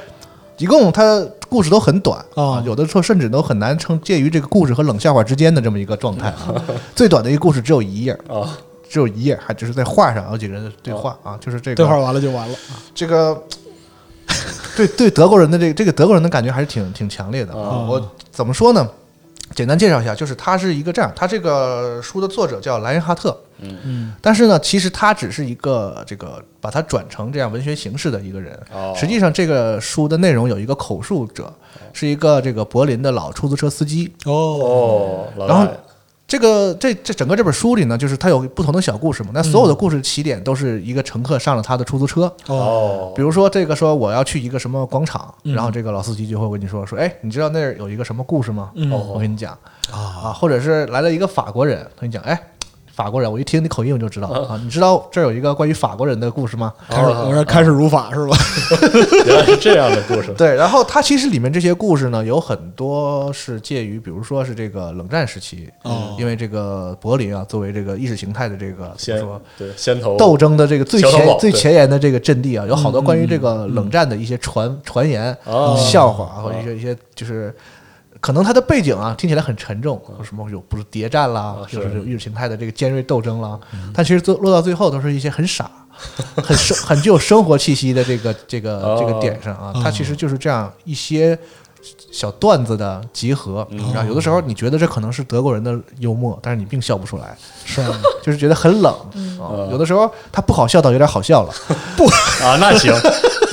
一共它故事都很短啊有的时候甚至都很难称介于这个故事和冷笑话之间的这么一个 状态。最短的一个故事只有一页，啊，只有一页，还只是在画上有几个人的对话啊，就是这个哦对话完了就完了。这个 对对德国人的这个这个德国人的感觉还是挺挺强烈的啊我怎么说呢？简单介绍一下，就是他是一个这样，他这个书的作者叫莱因哈特，嗯，但是呢，其实他只是一个这个把它转成这样文学形式的一个人。哦实际上，这个书的内容有一个口述者，是一个这个柏林的老出租车司机。哦，哦，老然后大爷这个这这整个这本书里呢，就是它有不同的小故事嘛。那所嗯有的故事起点都是一个乘客上了他的出租车，哦，哦比，如说这个说我要去一个什么广场，嗯然后这个老司机就会跟你说说，哎，你知道那儿有一个什么故事吗？哦嗯我跟你讲啊，啊，或者是来了一个法国人，跟你讲，哎，法国人，我一听你口音我就知道哦啊，你知道这儿有一个关于法国人的故事吗？开始我说开始如法哦是吧？原来是这样的故事对，然后它其实里面这些故事呢，有很多是介于，比如说是这个冷战时期，哦因为这个柏林啊，作为这个意识形态的这个先怎么说对先头斗争的这个最桥头前堡最对前沿的这个阵地啊，有好多关于这个冷战的一些传传言、嗯哦笑话啊，或者一些一些就是。可能它的背景啊听起来很沉重，有什么有不是谍战啦，啊有哦是嗯这种意识形态的这个尖锐斗争啦，但其实最落到最后都是一些 很傻、很生、很具有生活气息的这个这个这个哦点上啊，哦它其实就是这样一些小段子的集合，嗯然后有的时候你觉得这可能是德国人的幽默，但是你并笑不出来，是啊，就是觉得很冷啊。有的时候它不好笑到有点好笑了，啊，那行，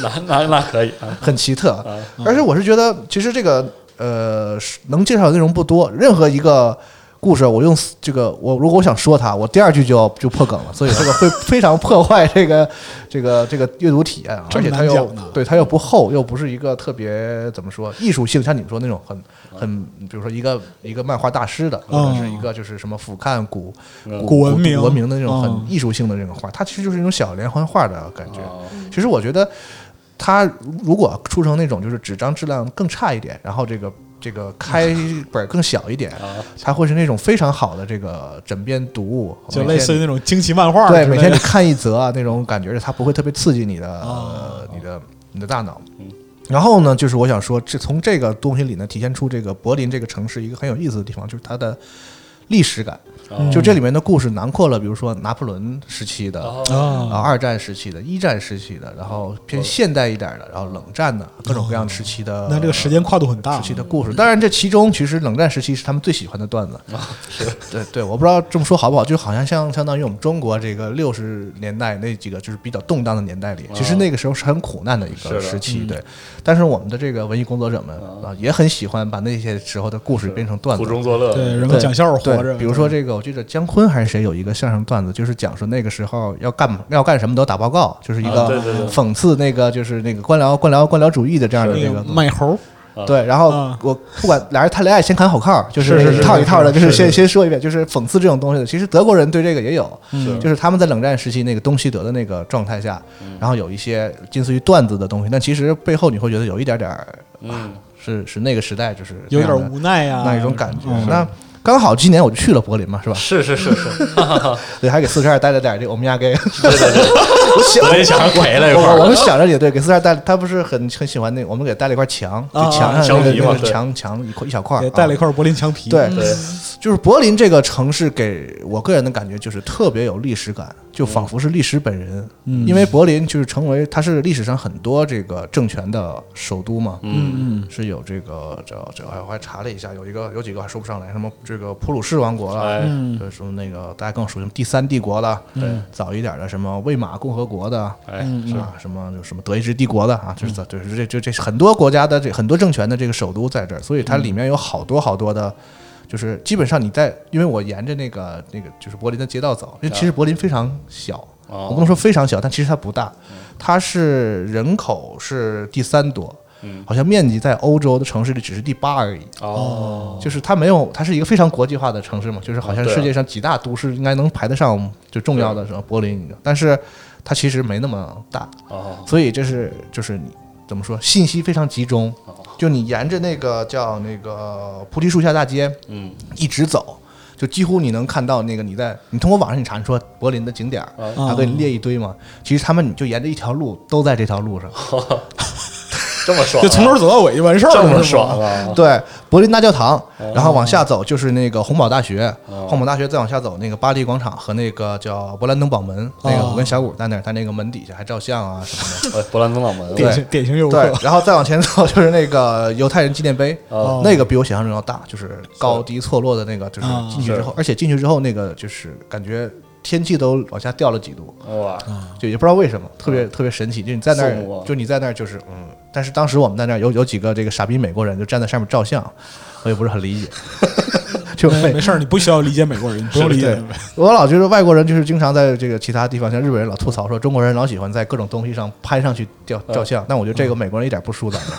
那那那可以啊，很奇特。而且我是觉得，其实这个呃，是能介绍的内容不多，任何一个。故事，我用四这个，我如果我想说它，我第二句就要就破梗了，所以这 个会非常破坏这个这个这个阅读体验啊，这而么且它难又讲呢对它又不厚，又不是一个特别怎么说艺术性，像你们说那种很啊很，比如说一个一个漫画大师的，或者是一个就是什么俯瞰古嗯嗯古文明古文明的那种嗯很艺术性的那种画，它其实就是一种小连环画的感觉。哦其实我觉得，它如果出成那种就是纸张质量更差一点，然后这个这个开本儿更小一点，啊，它会是那种非常好的这个枕边读物，就每类天似于那种惊奇漫画之类对的，每天你看一则啊那种感觉，它不会特别刺激你的、哦呃你的你的大脑嗯。然后呢，就是我想说，这从这个东西里呢，体现出这个柏林这个城市一个很有意思的地方，就是它的历史感。哦就这里面的故事囊括了，比如说拿破仑时期的，哦啊，啊，二战时期的、一战时期的，然后偏现代一点的，然后冷战的各种各样时期嗯的，那这个时间跨度很大时，期的故事。当然，这其中其实冷战时期是他们最喜欢的段子。 对对，我不知道这么说好不好，就好像像相当于我们中国这个六十年代那几个就是比较动荡的年代里，嗯其实那个时候是很苦难的一是个的时期。对，但是我们的这个文艺工作者们嗯啊，也很喜欢把那些时候的故事变成段子苦。中作乐，对，人对们讲笑话对活着，比如说这个，我记得姜昆还是谁有一个相声段子，就是讲说那个时候要干嘛要干什么都打报告，就是一啊对个对对讽刺那个就是那个官僚官僚官僚主义的这样的那这个个。卖猴，啊对，然后啊我不管俩人谈恋爱先砍好靠，就是是是是一套一套的，是就是是先是先说一遍，就是讽刺这种东西的。其实德国人对这个也有，嗯是嗯就是他们在冷战时期那个东西德的那个状态下，然后有一些近似于段子的东西，但其实背后你会觉得有一点点儿嗯，是是那个时代就是有那样的点无奈呀，那一种感觉。嗯那刚好今年我就去了柏林嘛，是吧？是是是是，对，还给四十二带了点这个欧米茄给。我 想我也想回来一块我我儿，们想着也对，给四十二带，他不是很很喜欢那，我们给带了一块墙，就啊墙上墙那个皮那嘛个对墙墙一块一小块儿也啊，带了一块柏林墙皮，对，对，就是柏林这个城市给我个人的感觉就是特别有历史感，就仿佛是历史本人，嗯因为柏林就是成为它是历史上很多这个政权的首都嘛，嗯嗯是有这个这这哎我还查了一下，有一个有几个还说不上来，什么这个普鲁士王国了，哎，嗯对，什么那个大家更熟悉第三帝国了，对，早一点的什么魏玛共和国的，哎，是吧？什么有什么德意志帝国的啊，就是嗯这就是这这这很多国家的这很多政权的这个首都在这儿，所以它嗯里面有好多好多的，就是基本上你在，因为我沿着那个那个就是柏林的街道走，因为其实柏林非常小，啊哦嗯我不能说非常小，但其实它不大，它是人口是第三多，好像面积在欧洲的城市里只是第八而已。嗯哦，就是它没有，它是一个非常国际化的城市嘛，就是好像啊对啊世界上几大都市应该能排得上就重要的什么柏林，但是它其实没那么大，哦，所以这是就是你怎么说，信息非常集中，就你沿着那个叫那个菩提树下大街嗯，一直走，就几乎你能看到那个你在你通过网上你查你说柏林的景点儿，啊他给你列一堆嘛，其实他们你就沿着一条路都在这条路上，这么爽啊，就从头走到尾就完事儿这了，么是吧爽啊，对，柏林大教堂，然后往下走就是那个洪堡大学，洪堡大学再往下走那个巴黎广场和那个叫勃兰登堡门，那个我跟小五在那儿，在那个门底下还照相啊什么的。哎，勃兰登堡门，典型典型游 对 客，，然后再往前走就是那个犹太人纪念碑，哦那个比我想象中要大，就是高低错落的那个，就是进去之后，而且进去之后那个就是感觉天气都往下掉了几度，哇，就也不知道为什么，特别特别神奇。就你在那肃穆啊儿，就你在那儿，就是嗯。但是当时我们在那儿有有几个这个傻逼美国人就站在上面照相，我也不是很理解。就没美 没，事儿，你不需要理解美国人，你不用理解对。我老觉得外国人就是经常在这个其他地方，像日本人老吐槽说中国人老喜欢在各种东西上攀上去照照相，但我觉得这个美国人一点不输咱们。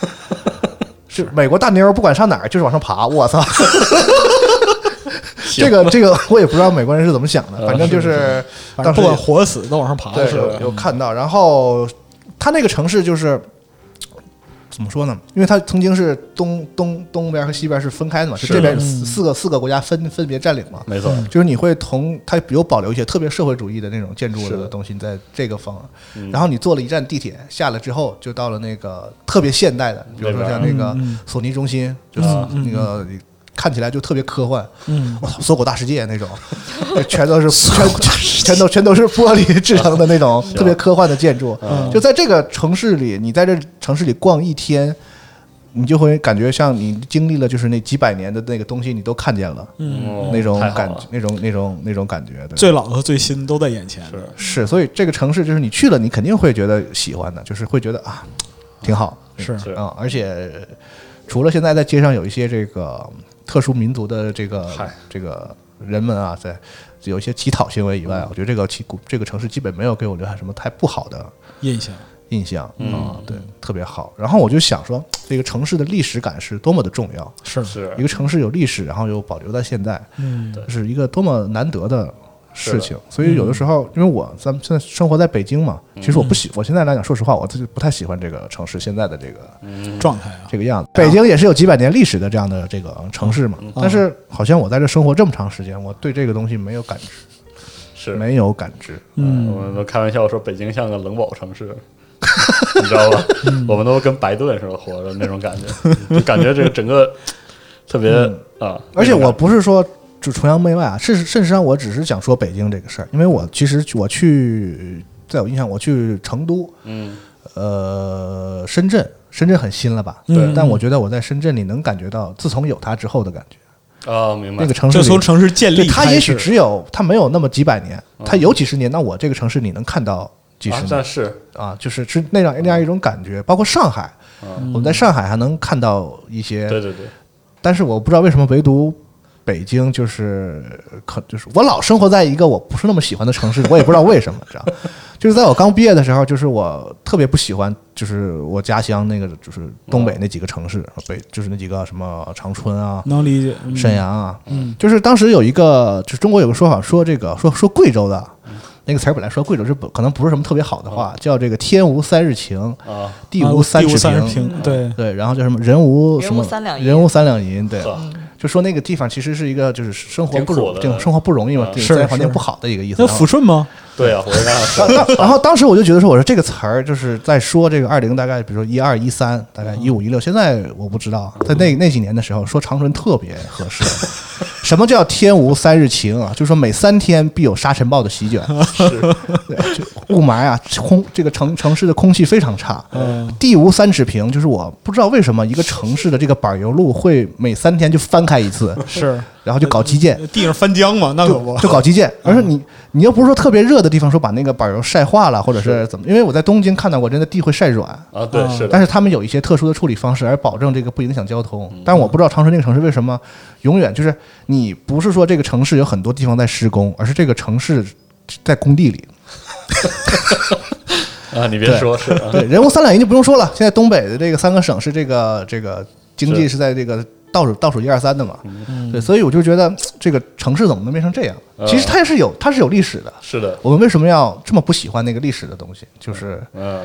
是美国大妞儿不管上哪儿就是往上爬，我操！这个这个我也不知道美国人是怎么想的，反正就是反正当不时管活死都往上爬，对，是吧有有看到。然后它那个城市就是怎么说呢？因为它曾经是东东东边和西边是分开的嘛，就是这边的四四个四个国家分分别占领嘛。没错，嗯就是你会同它有保留一些特别社会主义的那种建筑是的嗯的东西在这个方，然后你坐了一站地铁下来之后，就到了那个特别现代的，比如说像那个索尼中心，就是那个看起来就特别科幻，嗯，我操，锁骨大世界那种，全都是全全都全都是玻璃制成的那种特别科幻的建筑。嗯就在这个城市里，你在这城市里逛一天，你就会感觉像你经历了就是那几百年的那个东西，你都看见了，嗯那种太好感了觉，那种那种那种感觉的。最老的和最新都在眼前，是是，所以这个城市就是你去了，你肯定会觉得喜欢的，就是会觉得啊，挺好。是是啊、而且除了现在在街上有一些这个特殊民族的这个嗨这个人们啊，在有一些乞讨行为以外，我觉得这个其这个城市基本没有给我留下什么太不好的印象，印象啊、嗯对，特别好。然后我就想说，这个城市的历史感是多么的重要，是是一个城市有历史，然后又保留在现在，嗯对是一个多么难得的是事的情。所以有的时候，因为我咱们现在生活在北京嘛，其实我不喜，我现在来讲，说实话，我自己不太喜欢这个城市现在的这个状态啊，这个样子。北京也是有几百年历史的这样的这个城市嘛，但是好像我在这生活这么长时间，我对这个东西没有感知，是，没有感知。嗯，我们都开玩笑说北京像个冷堡城市， 你知道吧？我们都跟白盾似的活着那种感觉，就感觉这个整个特别啊，而且那我种不是说就崇洋媚外啊，事实事实上我只是想说北京这个事儿，因为我其实我去，在我印象我去成都，嗯，呃，深圳，深圳很新了吧？对嗯但我觉得我在深圳里能感觉到，自从有它之后的感觉，感啊，明白那个城市就里从城市建对立它开也许始只有它没有那么几百年，它有几十年，那我这个城市你能看到几十啊，年但是啊，就是是那样那样一种感觉。包括上海，我们在上海还能看到一些，对对对，但是我不知道为什么唯独。北京就是可就是我老生活在一个我不是那么喜欢的城市，我也不知道为什么，知道？ 就是在我刚毕业的时候，就是我特别不喜欢，就是我家乡那个就是东北那几个城市，北就是那几个什么长春啊、能理解，嗯沈阳啊，嗯，就是当时有一个，就是中国有个说法，说这个说说贵州的那个词儿，本来说贵州是不可能不是什么特别好的话，叫这个天无三日晴，啊，地嗯啊无三地尺无三十平。嗯平，对，对，然后叫什么人无人什么无三两银人无三两银，对呵，就说那个地方其实是一个就是生活挺不苦容的这种生活不容易嘛，啊这个是自然环境是不好的一个意思。啊那然后抚顺吗？对啊，我就刚想说， 然后当时我就觉得说，我说这个词儿就是在说这个二零，大概比如说一二一三，大概一五一六。现在我不知道，在那那几年的时候，说长春特别合适， 什么叫天无三日晴啊？就是说每三天必有沙尘暴的席卷，对，就雾霾啊，空这个城城市的空气非常差。嗯，地无三尺平，就是我不知道为什么一个城市的这个柏油路会每三天就翻开一次，是然后就搞基建， 地上翻江嘛，那 可不就就搞基建。而且你你又不是说特别热的地方，说把那个柏油晒化了或者是怎么，因为我在东京看到过，真的地会晒软。啊，对，是的，但是他们有一些特殊的处理方式，而保证这个不影响交通。但我不知道长春这个城市为什么永远就是你不是说这个城市有很多地方在施工，而是这个城市在工地里。啊，你别对说，是啊对，人工三两银就不用说了，现在东北的这个三个省是这个这个经济是在这个倒数倒数一二三的嘛。对，所以我就觉得这个城市怎么能变成这样？其实它是有它是有历史的。是的，我们为什么要这么不喜欢那个历史的东西？就是嗯，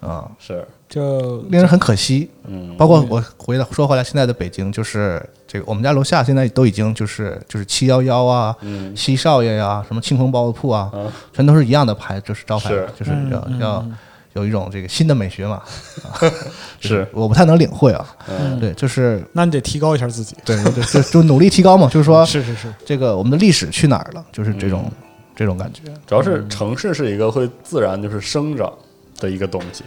啊、是，就令人很可惜。嗯，包括我回来说回来，现在的北京就是这个，我们家楼下现在都已经就是就是七幺幺啊、嗯，西少爷呀、什么庆丰包子铺啊，啊，全都是一样的牌，就是招牌，是就是要、嗯嗯要有一种这个新的美学嘛。 是， 我不太能领会啊，嗯，对，就是那你得提高一下自己。对，就就就努力提高嘛，就是说是是是，这个我们的历史去哪儿了，就是这种、嗯这种感觉。主要是城市是一个会自然就是生长的一个东西，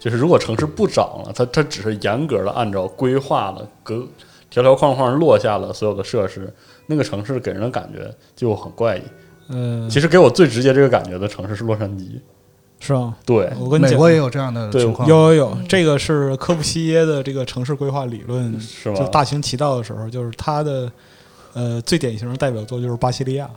就是如果城市不长了，它它只是严格的按照规划了，格条条框框落下了所有的设施，那个城市给人的感觉就很怪异。嗯，其实给我最直接这个感觉的城市是洛杉矶，是吧？对，我跟你美讲国，也有这样的对情况，有有有，嗯这个是科布西耶的这个城市规划理论，是吗就大行其道的时候，就是他的呃最典型的代表作就是巴西利亚，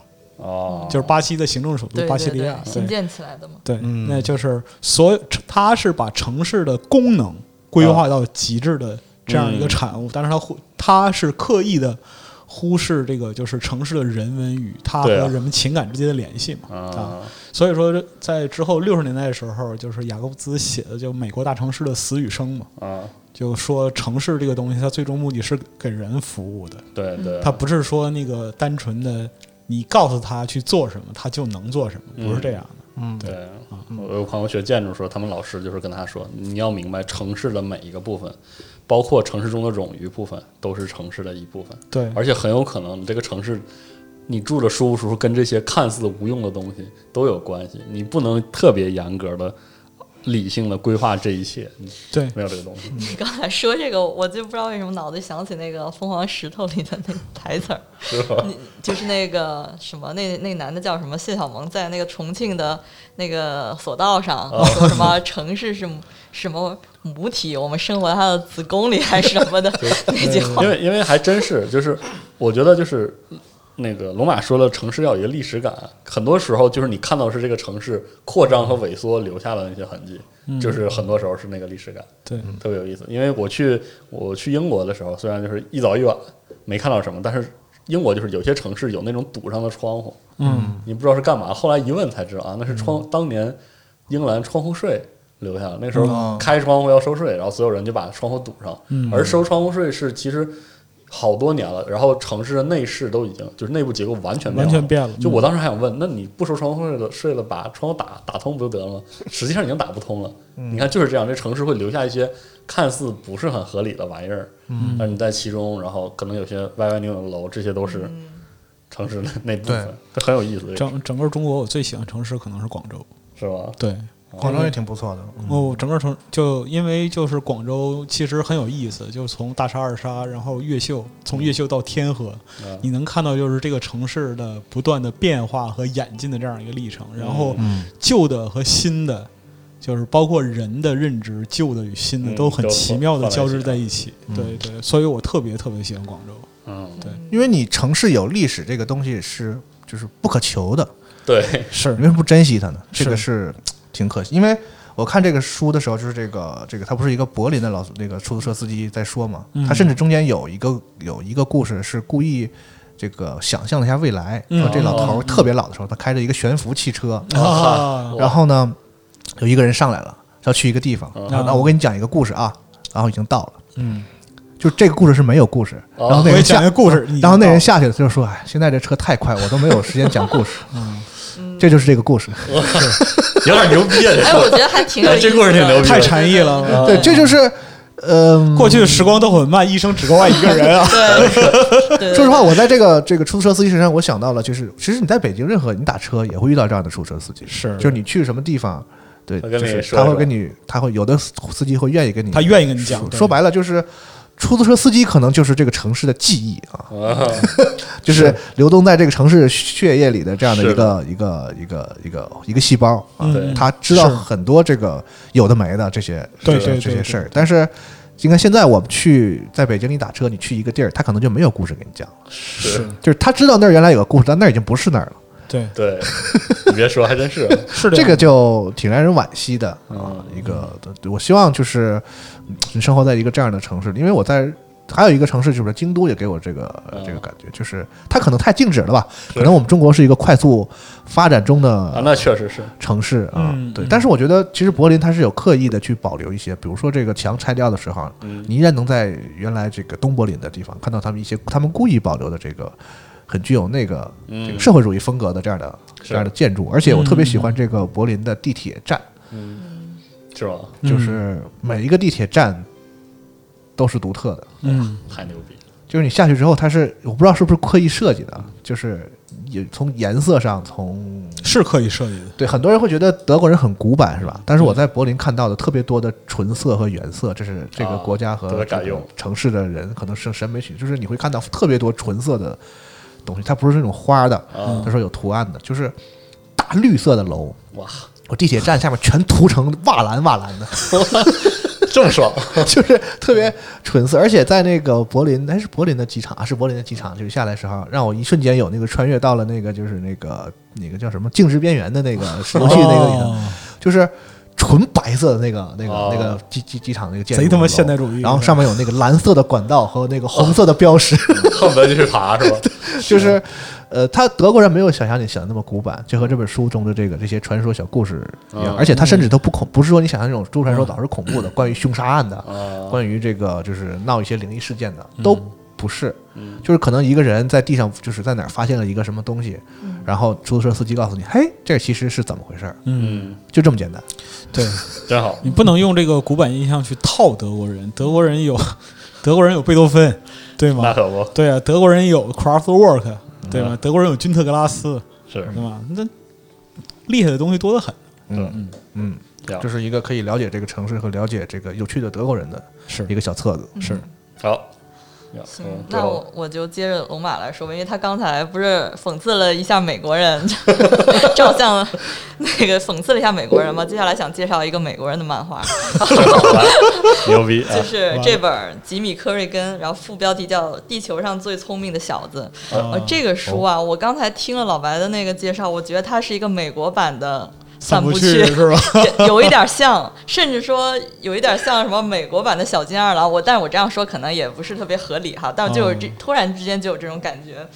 啊，就是巴西的行政首哦都对对巴西啊利对亚，新建起来的嘛， 对，嗯那就是所有，它是把城市的功能规划到极致的这样一嗯个产物，但是它忽它是刻意的忽视这个就是城市的人文与它和对啊人们情感之间的联系嘛啊，所以说在之后六十年代的时候，就是雅各布兹写的就《美国大城市的死与生》嘛，啊，就说城市这个东西它最终目的是给人服务的，对对，它不是说那个单纯的你告诉他去做什么，他就能做什么，不是这样的。嗯，对，我有朋友学建筑的时候，他们老师就是跟他说，你要明白城市的每一个部分，包括城市中的冗余部分，都是城市的一部分，对，而且很有可能这个城市。你住着舒不舒服，跟这些看似无用的东西都有关系。你不能特别严格的、理性的规划这一切，对，没有这个东西。你刚才说这个，我就不知道为什么脑子想起那个《疯狂石头》里的那台词儿，你就是那个什么，那那男的叫什么？谢小萌在那个重庆的那个索道上哦说什么城市是母什么母体，我们生活在它的子宫里还是什么的那句话 因。为因为还真是，就是我觉得就是那个龙马说了，城市要有一个历史感，很多时候就是你看到的是这个城市扩张和萎缩留下的那些痕迹，就是很多时候是那个历史感，对，特别有意思。因为我去我去英国的时候，虽然就是一早一晚没看到什么，但是英国就是有些城市有那种堵上的窗户，嗯，你不知道是干嘛，后来一问才知道啊，那是窗、当年英格兰窗户税留下的，那时候嗯开窗户要收税，然后所有人就把窗户堵上，哦嗯而收窗户税是其实好多年了，然后城市的内饰都已经就是内部结构完全变完了。全变了。嗯就我当时还想问，那你不收窗户税了，税了把窗户打打通不就得了吗？ 实际上已经打不通了。嗯你看就是这样，这城市会留下一些看似不是很合理的玩意儿，嗯但是你在其中，然后可能有些歪歪扭扭的楼，这些都是嗯城市的那部分，这很有意思，这个整整个中国，我最喜欢城市可能是广州。是吧？嗯对，广州也挺不错的。哦，整个城就因为就是广州其实很有意思，就是从大沙二沙，然后越秀，从越秀到天河，嗯你能看到就是这个城市的不断的变化和演进的这样一个历程。然后嗯旧的和新的，就是包括人的认知，旧的与新的嗯都很奇妙的都交放在一起织在一起。对对，所以我特别特别喜欢广州。嗯，因为你城市有历史这个东西是就是不可求的，对， 是你为什么不珍惜它呢？是这个是挺可惜。因为我看这个书的时候，就是这个这个，他不是一个柏林的老那个出租车司机在说嘛，嗯他甚至中间有一个有一个故事是故意。这个想象了一下未来，嗯说这老哦头儿特别老的时候，他开着一个悬浮汽车，啊哇然后呢，有一个人上来了，要去一个地方。嗯那我给你讲一个故事啊，然后已经到了，嗯，就这个故事是没有故事，哦然后我那也人下讲一个故事，你然后那人下去了，他就说：“哎，现在这车太快，我都没有时间讲故事。 嗯”这就是这个故事，有点牛逼啊！哎，我觉得还挺有意思的。。这故事挺牛逼太禅意了。对，这就是嗯，过去的时光都很慢，一生只够爱一个人啊对，对 说实话，，我在这个这个出租车司机身上，我想到了，就是其实你在北京任何你打车也会遇到这样的出租车司机，是就是你去什么地方，对，他跟就你是说他是会吧跟你，他会有的司机会愿意跟你，他愿意跟你讲，对说白了就是。出租车司机可能就是这个城市的记忆啊，啊，就是流动在这个城市血液里的这样的是一个一个一个一个一个细胞啊，对嗯，他知道是很多这个有的没的这些对对这些这对些对事儿，但是应该现在我们去在北京你打车，你去一个地儿，他可能就没有故事给你讲了， 是， 就是他知道那儿原来有个故事，但那儿已经不是那儿了，对，对，你别说，还真是，是的，这个就挺让人惋惜的啊嗯。一个，我希望就是嗯你生活在一个这样的城市，因为我在。还有一个城市就是京都，也给我这个嗯这个感觉，就是它可能太静止了吧？可能我们中国是一个快速发展中的啊，那确实是，城市啊，嗯对嗯。但是我觉得，其实柏林它是有刻意的去保留一些，比如说这个墙拆掉的时候，嗯，你依然能在原来这个东柏林的地方看到他们一些他们故意保留的这个很具有那个嗯这个社会主义风格的这样的是这样的建筑。而且我特别喜欢这个柏林的地铁站，嗯，是吧？嗯就是每一个地铁站都是独特的。嗯，太牛逼了，就是你下去之后，它是我不知道是不是刻意设计的，啊就是也从颜色上，从是刻意设计的，对，很多人会觉得德国人很古板，是吧？但是嗯我在柏林看到的特别多的纯色和原色，这是这个啊国家和都在这改个用城市的人可能是审美取，就是你会看到特别多纯色的东西，它不是那种花的，啊，它是有图案的，就是大绿色的楼，哇，我地铁站下面全涂成瓦蓝瓦蓝的，这么爽，就是特别纯色。而且在那个柏林，哎，是柏林的机场啊，是柏林的机场，就是下来的时候，让我一瞬间有那个穿越到了那个就是那个那个叫什么静止边缘的那个游戏那个里头。哦就是纯白色的那个那个、哦那个机机机场那个建筑，贼他妈现代。主义，然后上面有那个蓝色的管道和那个红色的标识，恨不得就去爬是吧？就是，呃，他德国人没有想象你想的那么古板，就和这本书中的这个这些传说小故事一样，嗯而且他甚至都不恐，不是说你想象那种都市传说老是恐怖的，关于凶杀案的， 啊，关于这个就是闹一些灵异事件的，都不是，嗯就是可能一个人在地上就是在哪儿发现了一个什么东西，然后出租车司机告诉你，嘿，这其实是怎么回事儿，嗯，嗯，就这么简单。对真好，你不能用这个古板印象去套德国人，德国人有 德国人有贝多芬，对那吗？可不对啊，德国人有 Kraftwerk，对吧？德国人有君特格拉斯，是对吧？那厉害的东西多得很，嗯嗯呀，这是一个可以了解这个城市和了解这个有趣的德国人的是一个小册子。嗯是，好。呀行嗯，那我我就接着龙马来说吧，因为他刚才不是讽刺了一下美国人， 照相那个讽刺了一下美国人嘛。接下来想介绍一个美国人的漫画，最后牛逼啊就！是这本吉米·科瑞根，然后副标题叫《地球上最聪明的小子》。呃，这个书啊，我刚才听了老白的那个介绍，我觉得它是一个美国版的散不步去是吧？ 有有一点像，甚至说有一点像什么美国版的小金二郎。我，但是我这样说可能也不是特别合理哈，但就有哦这突然之间就有这种感觉。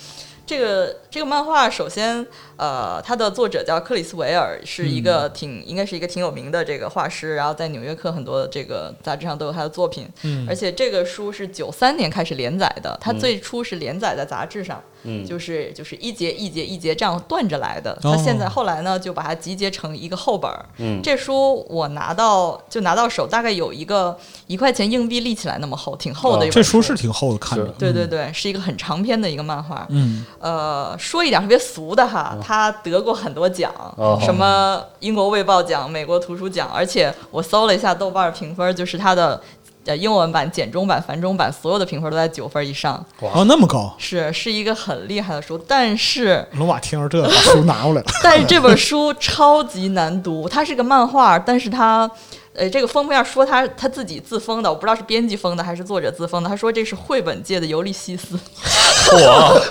这个这个漫画，首先，呃，它的作者叫克里斯维尔，是一个嗯挺、应该是一个挺有名的这个画师，然后在《纽约客》很多这个杂志上都有他的作品。嗯而且这个书是九三年开始连载的，它最初是连载在杂志上，嗯就是就是一节一节一节这样断着来的。哦它现在后来呢，就把它集结成一个厚本儿。嗯这书我拿到就拿到手，大概有一个一块钱硬币立起来那么厚，挺厚的 一本、啊这书是。嗯挺厚的，看着是，对对对，是一个很长篇的一个漫画。嗯，呃，说一点特别俗的哈，哦他得过很多奖，哦什么英国卫报奖、美国图书奖，而且我搜了一下豆瓣儿评分，就是他的呃英文版、简中版、繁中版所有的评分都在九分以上，哦，那么高，是是一个很厉害的书。但是龙马听着这把书拿过来了， 但是这本书超级难读，它是个漫画，但是它，呃，这个封面说它他自己自封的，我不知道是编辑封的还是作者自封的，他说这是绘本界的尤利西斯，我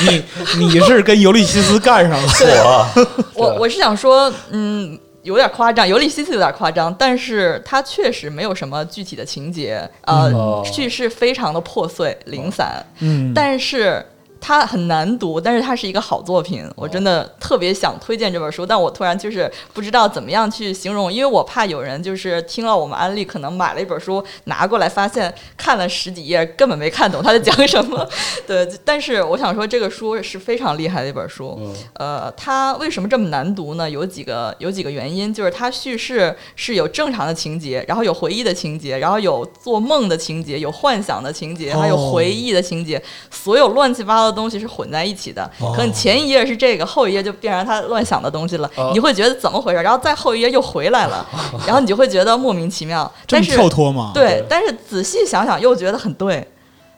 你你是跟尤利西斯干 上了，我我我是想说，嗯，有点夸张，尤利西斯有点夸张，但是它确实没有什么具体的情节，呃，哦叙事非常的破碎零散，嗯，但是。它很难读，但是它是一个好作品，我真的特别想推荐这本书，但我突然就是不知道怎么样去形容，因为我怕有人就是听了我们安利，可能买了一本书拿过来，发现看了十几页根本没看懂他在讲什么。 对，但是我想说这个书是非常厉害的一本书，嗯呃，它为什么这么难读呢？有几个有几个原因，就是它叙事是有正常的情节，然后有回忆的情节，然后有做梦的情节，有幻想的情节，还有哦回忆的情节，所有乱七八糟的东西是混在一起的。哦可能前一页是这个，后一页就变成他乱想的东西了，哦你会觉得怎么回事？然后再后一页又回 来了，然后你就会觉得莫名其妙。这但么是跳脱啊吗？，对，但是仔细想想又觉得很对，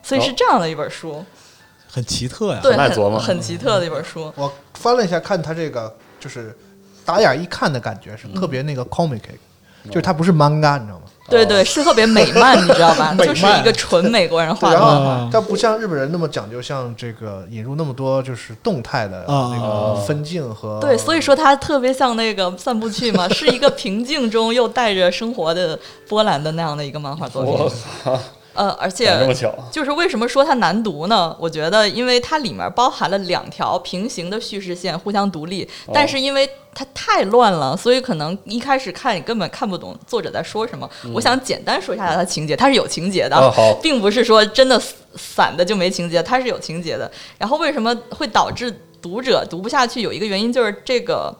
所以是哦这样的一本书，很奇特呀。对，耐琢很磨很奇特的一本书。我翻了一下，看它这个就是打眼一看的感觉是特别那个 comic，、就是它不是 manga，你知道吗？对对，是特别美漫，你知道吧？就是一个纯美国人对，画然的。后啊它不像日本人那么讲究，像这个引入那么多就是动态的啊那个分镜和对，所以说它特别像那个散步去嘛，是一个平静中又带着生活的波澜的那样的一个漫画作我品。操，呃，而且哦咋这么巧？就是为什么说它难读呢？我觉得，因为它里面包含了两条平行的叙事线，互相独立，但是因为它太乱了，所以可能一开始看你根本看不懂作者在说什么。我想简单说一下它的情节，它是有情节的，啊好并不是说真的散的就没情节，它是有情节的。然后为什么会导致读者读不下去？有一个原因就是这个。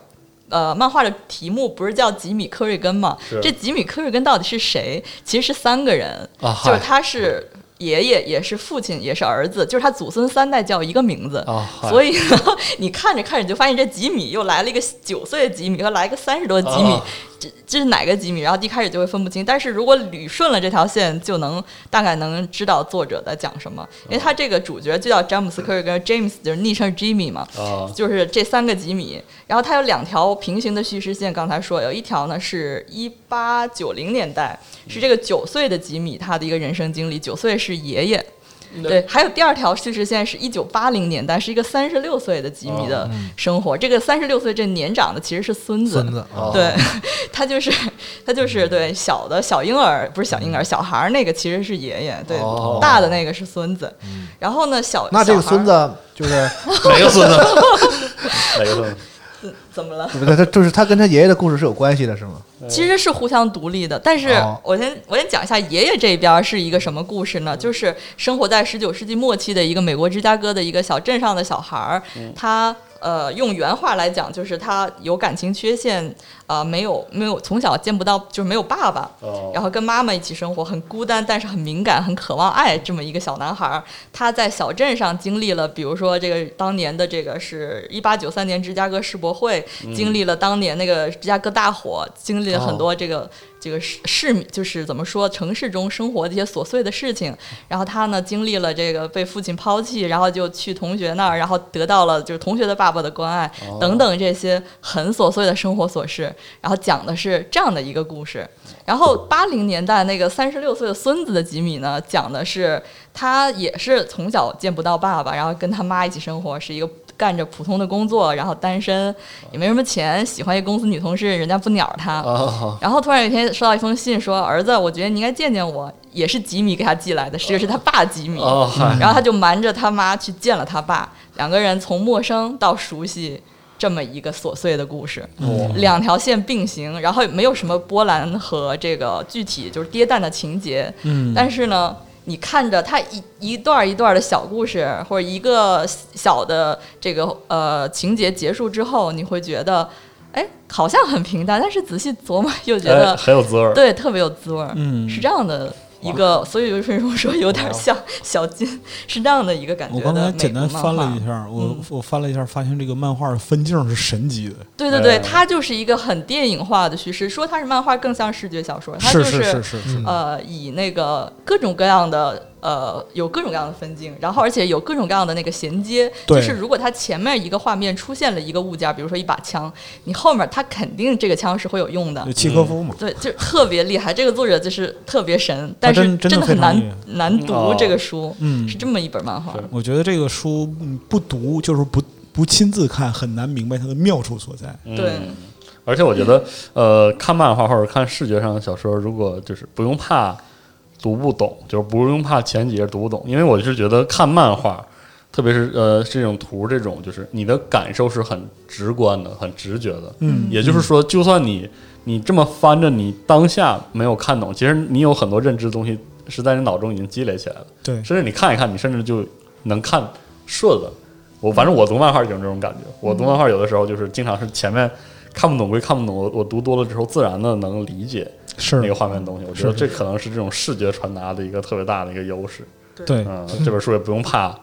呃，漫画的题目不是叫吉米·科瑞根吗是？这吉米·科瑞根到底是谁？其实是三个人，啊就是嗨他是爷爷，也是父亲，也是儿子，就是他祖孙三代叫一个名字。啊嗨所以呢，你看着看着你就发现这吉米又来了一个九岁的吉米，又来一个三十多的吉米，啊这这是哪个吉米？然后一开始就会分不清。但是如果捋顺了这条线，就能大概能知道作者在讲什么，因为他这个主角就叫詹姆斯·科瑞根 （James），就是昵称 Jimmy 嘛。啊，就是这三个吉米，然后它有两条平行的叙事线。刚才说有一条呢是一八九零年代，是嗯这个九岁的吉米他的一个人生经历，九岁是爷爷。嗯对，还有第二条叙事线是一九八零年代，是一个三十六岁的吉米哦的生活。这个三十六岁这年长的其实是孙子，嗯孙子嗯啊，对，他就是他就是对小的小婴儿不是小婴嗯儿小孩儿那个其实是爷爷，对、哦大的那个是孙子。然后呢小嗯那这个小孩儿孙子就是哪个 孙子？哪个孙子？怎么了？对不对？他就是他跟他爷爷的故事是有关系的，是吗？其实是互相独立的，但是哦我先我先讲一下爷爷这边是一个什么故事呢？就是生活在十九世纪末期的一个美国芝加哥的一个小镇上的小孩儿，他呃用原话来讲，就是他有感情缺陷，啊，没有没有从小见不到，就是没有爸爸，哦然后跟妈妈一起生活，很孤单，但是很敏感，很渴望爱这么一个小男孩儿，他在小镇上经历了，比如说这个当年的这个是一八九三年芝加哥世博会，经历了当年那个芝加哥大火，经历了很多这个、这个市市民就是怎么说城市中生活的一些琐碎的事情。然后他呢经历了这个被父亲抛弃，然后就去同学那儿，然后得到了就是同学的爸爸的关爱、等等这些很琐碎的生活琐事。然后讲的是这样的一个故事。然后八零年代那个三十六岁的孙子的吉米呢，讲的是他也是从小见不到爸爸，然后跟他妈一起生活，是一个干着普通的工作，然后单身，也没什么钱，喜欢一公司女同事，人家不鸟他。啊，然后突然有一天收到一封信说，儿子，我觉得你应该见见我，也是吉米给他寄来的，实际上是他爸吉米。哦嗨，然后他就瞒着他妈去见了他爸，两个人从陌生到熟悉，这么一个琐碎的故事。哦两条线并行，然后也没有什么波澜和这个具体就是跌宕的情节，嗯，但是呢，你看着它一一段一段的小故事或者一个小的这个呃情节结束之后，你会觉得，哎，好像很平淡，但是仔细琢磨又觉哎得，很有滋味儿。对，特别有滋味儿，嗯是这样的。一个，所以就是我说有点像小金，是这样的一个感觉我的刚才美简国单漫翻了画嗯一下，我我翻了一下，发现这个漫画的分镜是神级的，对对对，嗯它就是一个很电影化的叙事。说它是漫画，更像视觉小说。它就是是是是，呃，以那个各种各样的呃，有各种各样的分镜，然后而且有各种各样的那个衔接。对就是如果它前面一个画面出现了一个物件，比如说一把枪，你后面它肯定这个枪是会有用的就。契诃夫嘛，对，就是特别厉害，这个作者就是特别神，但是真真的的很非常难厉害难读哦这个书，嗯是这么一本漫画是。我觉得这个书嗯不读就是不不亲自看，很难明白它的妙处所在。对，嗯而且我觉得，呃，看漫画或者看视觉上的小说，如果就是不用怕读不懂，就是不用怕前几页读不懂，因为我是觉得看漫画，特别是呃这种图这种，就是你的感受是很直观的、很直觉的。嗯，也就是说，就算你你这么翻着，你当下没有看懂，其实你有很多认知的东西是在你脑中已经积累起来了，对，甚至你看一看，你甚至就能看顺了。我反正我读漫画有这种感觉，我读漫画有的时候就是经常是前面看不懂归看不懂，我我读多了之后自然的能理解是那个画面的东西。我觉得是这可能是这种视觉传达的一个特别大的一个优势。对，嗯，这本书也不用怕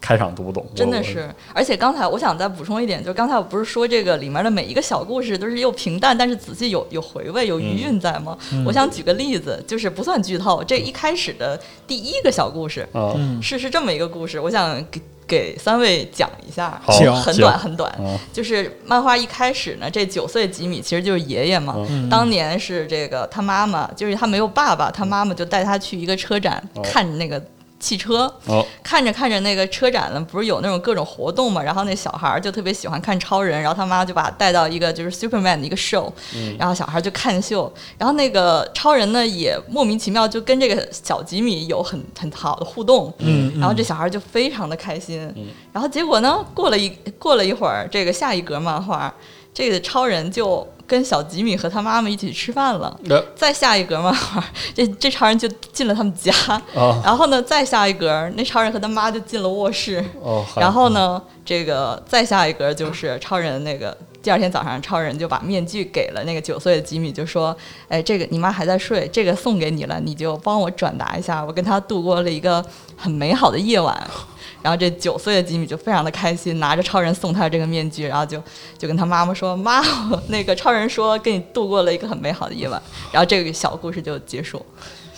开场读不懂，真我的是，而且刚才我想再补充一点，就刚才我不是说这个里面的每一个小故事都是又平淡，但是仔细有有回味，有余韵在吗？嗯我想举个例子，就是不算剧透，这一开始的第一个小故事我啊，嗯，是是这么一个故事，我想给给三位讲一下，好行很行短很短，嗯就是漫画一开始呢，这九岁吉米其实就是爷爷嘛，嗯当年是这个他妈妈，就是他没有爸爸，他妈妈就带他去一个车展、哦看那个汽车，好，看着看着那个车展呢，不是有那种各种活动嘛，然后那小孩儿就特别喜欢看超人，然后他妈就把他带到一个就是 Superman 的一个 show，、嗯然后小孩儿就看秀，然后那个超人呢也莫名其妙就跟这个小吉米有很很好的互动，嗯嗯然后这小孩儿就非常的开心，然后结果呢，过了一过了一会儿，这个下一格漫画，这个超人就跟小吉米和他妈妈一起吃饭了。那再下一格漫画， 这这超人就进了他们家，啊然后呢，再下一格，那超人和他妈就进了卧室。哦，好然后呢，这个再下一格就是超人那个。第二天早上，超人就把面具给了那个九岁的吉米，就说：“哎，这个你妈还在睡，这个送给你了，你就帮我转达一下，我跟她度过了一个很美好的夜晚。” 然后这九岁的吉米就非常的开心，拿着超人送他的这个面具，然后就就跟他妈妈说：“妈，我那个超人说跟你度过了一个很美好的夜晚。”然后这个小故事就结束，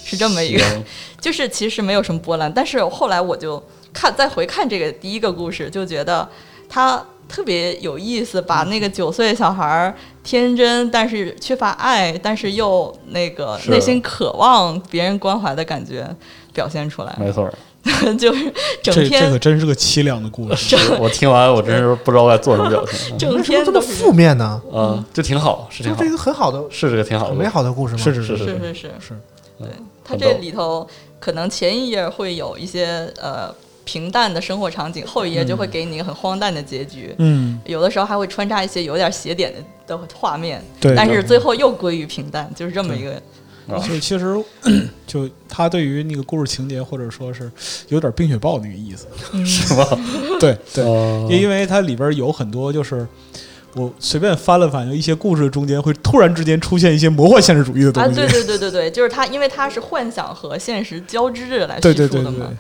是这么一个行 就是其实没有什么波澜，但是后来我就看再回看这个第一个故事，就觉得他特别有意思，嗯把那个九岁小孩儿天真，但是缺乏爱，但是又那个是内心渴望别人关怀的感觉表现出来，没错儿， 就是这整这天可真是个凄凉的故 事，我听完我真是不知道该做什么表情整为什么天这么都是负面呢？啊，嗯就挺好，是挺这好是一，个很好的、是这个挺好的，很美好的故事吗？是是是是这样是嗯是是是，是，对他很这逗里头可能前一页会有一些呃平淡的生活场景，嗯后一页就会给你一个很荒诞的结局，嗯，有的时候还会穿插一些有点写点的的画面，对嗯但是最后又归于平淡，就是这么一个，啊就其实 就他对于那个故事情节，或者说是有点《冰雪暴》那个意思，嗯是吗？对对，哦因为它里边有很多就是。我随便翻了翻，有一些故事中间会突然之间出现一些魔幻现实主义的东啊，西，对对对对对，就是它，因为它是幻想和现实交织着来叙对对述 对的对嘛，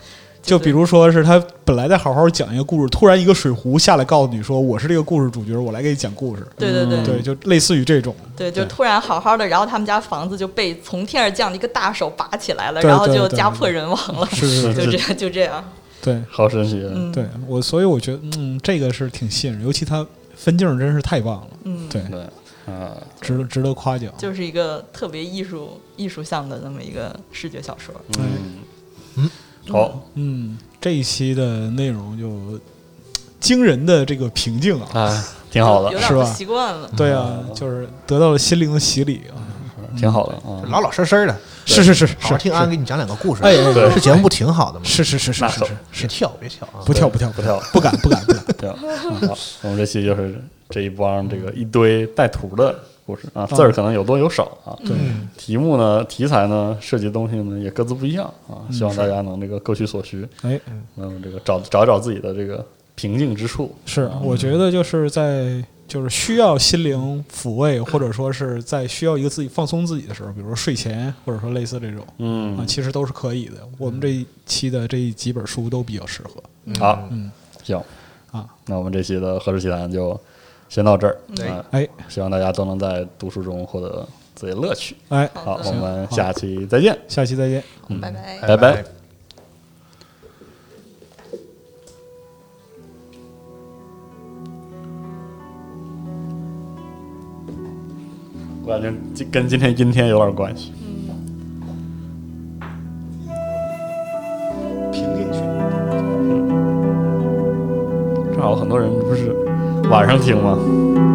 就对比如说是他本来在好好讲一个故事，突然一个水壶下来告诉你说我是这个故事主角，我来给你讲故事。嗯对对对对，就类似于这种。对，就对突然好好的，然后他们家房子就被从天而降的一个大手拔起来了，对然后对就对家对破人亡了， 是是，就是这样就这样，对好神奇，啊嗯，对，我所以我觉得嗯，这个是挺吸引人，尤其他分镜真是太棒了，嗯，对，对，啊，值得值得夸奖。就是一个特别艺术艺术向的那么一个视觉小说，嗯，好嗯，这一期的内容就惊人的这个平静啊，啊，挺好有的，点是不吧习惯了，对啊，就是得到了心灵的洗礼啊。挺好的嗯啊，老老实实的，是是是是，好好听安安是给你讲两个故事。哎哎对这节目不挺好的吗？是是是是那是可是，别跳，别跳啊！不跳不跳不跳不敢不敢不敢。对， 好，我们这期就是这一帮这个一堆带图的故事啊，字儿可能有多有少啊，嗯对，题目呢、题材呢、涉及的东西呢也各自不一样啊，嗯希望大家能这个各取所需，哎，能这个找找一找自己的这个平静之处。是，我觉得就是在就是需要心灵抚慰，或者说是在需要一个自己放松自己的时候，比如说睡前，或者说类似这种啊，嗯，其实都是可以的。我们这一期的这几本书都比较适合。好，嗯行，啊，那我们这期的何氏奇谈就先到这儿对啊，哎希望大家都能在读书中获得自己的乐趣。哎，好，我的们下期再见。下期再见。嗯拜拜。拜哎拜我感觉今跟今天阴天有点关系。嗯平静去。正好很多人不是晚上听吗？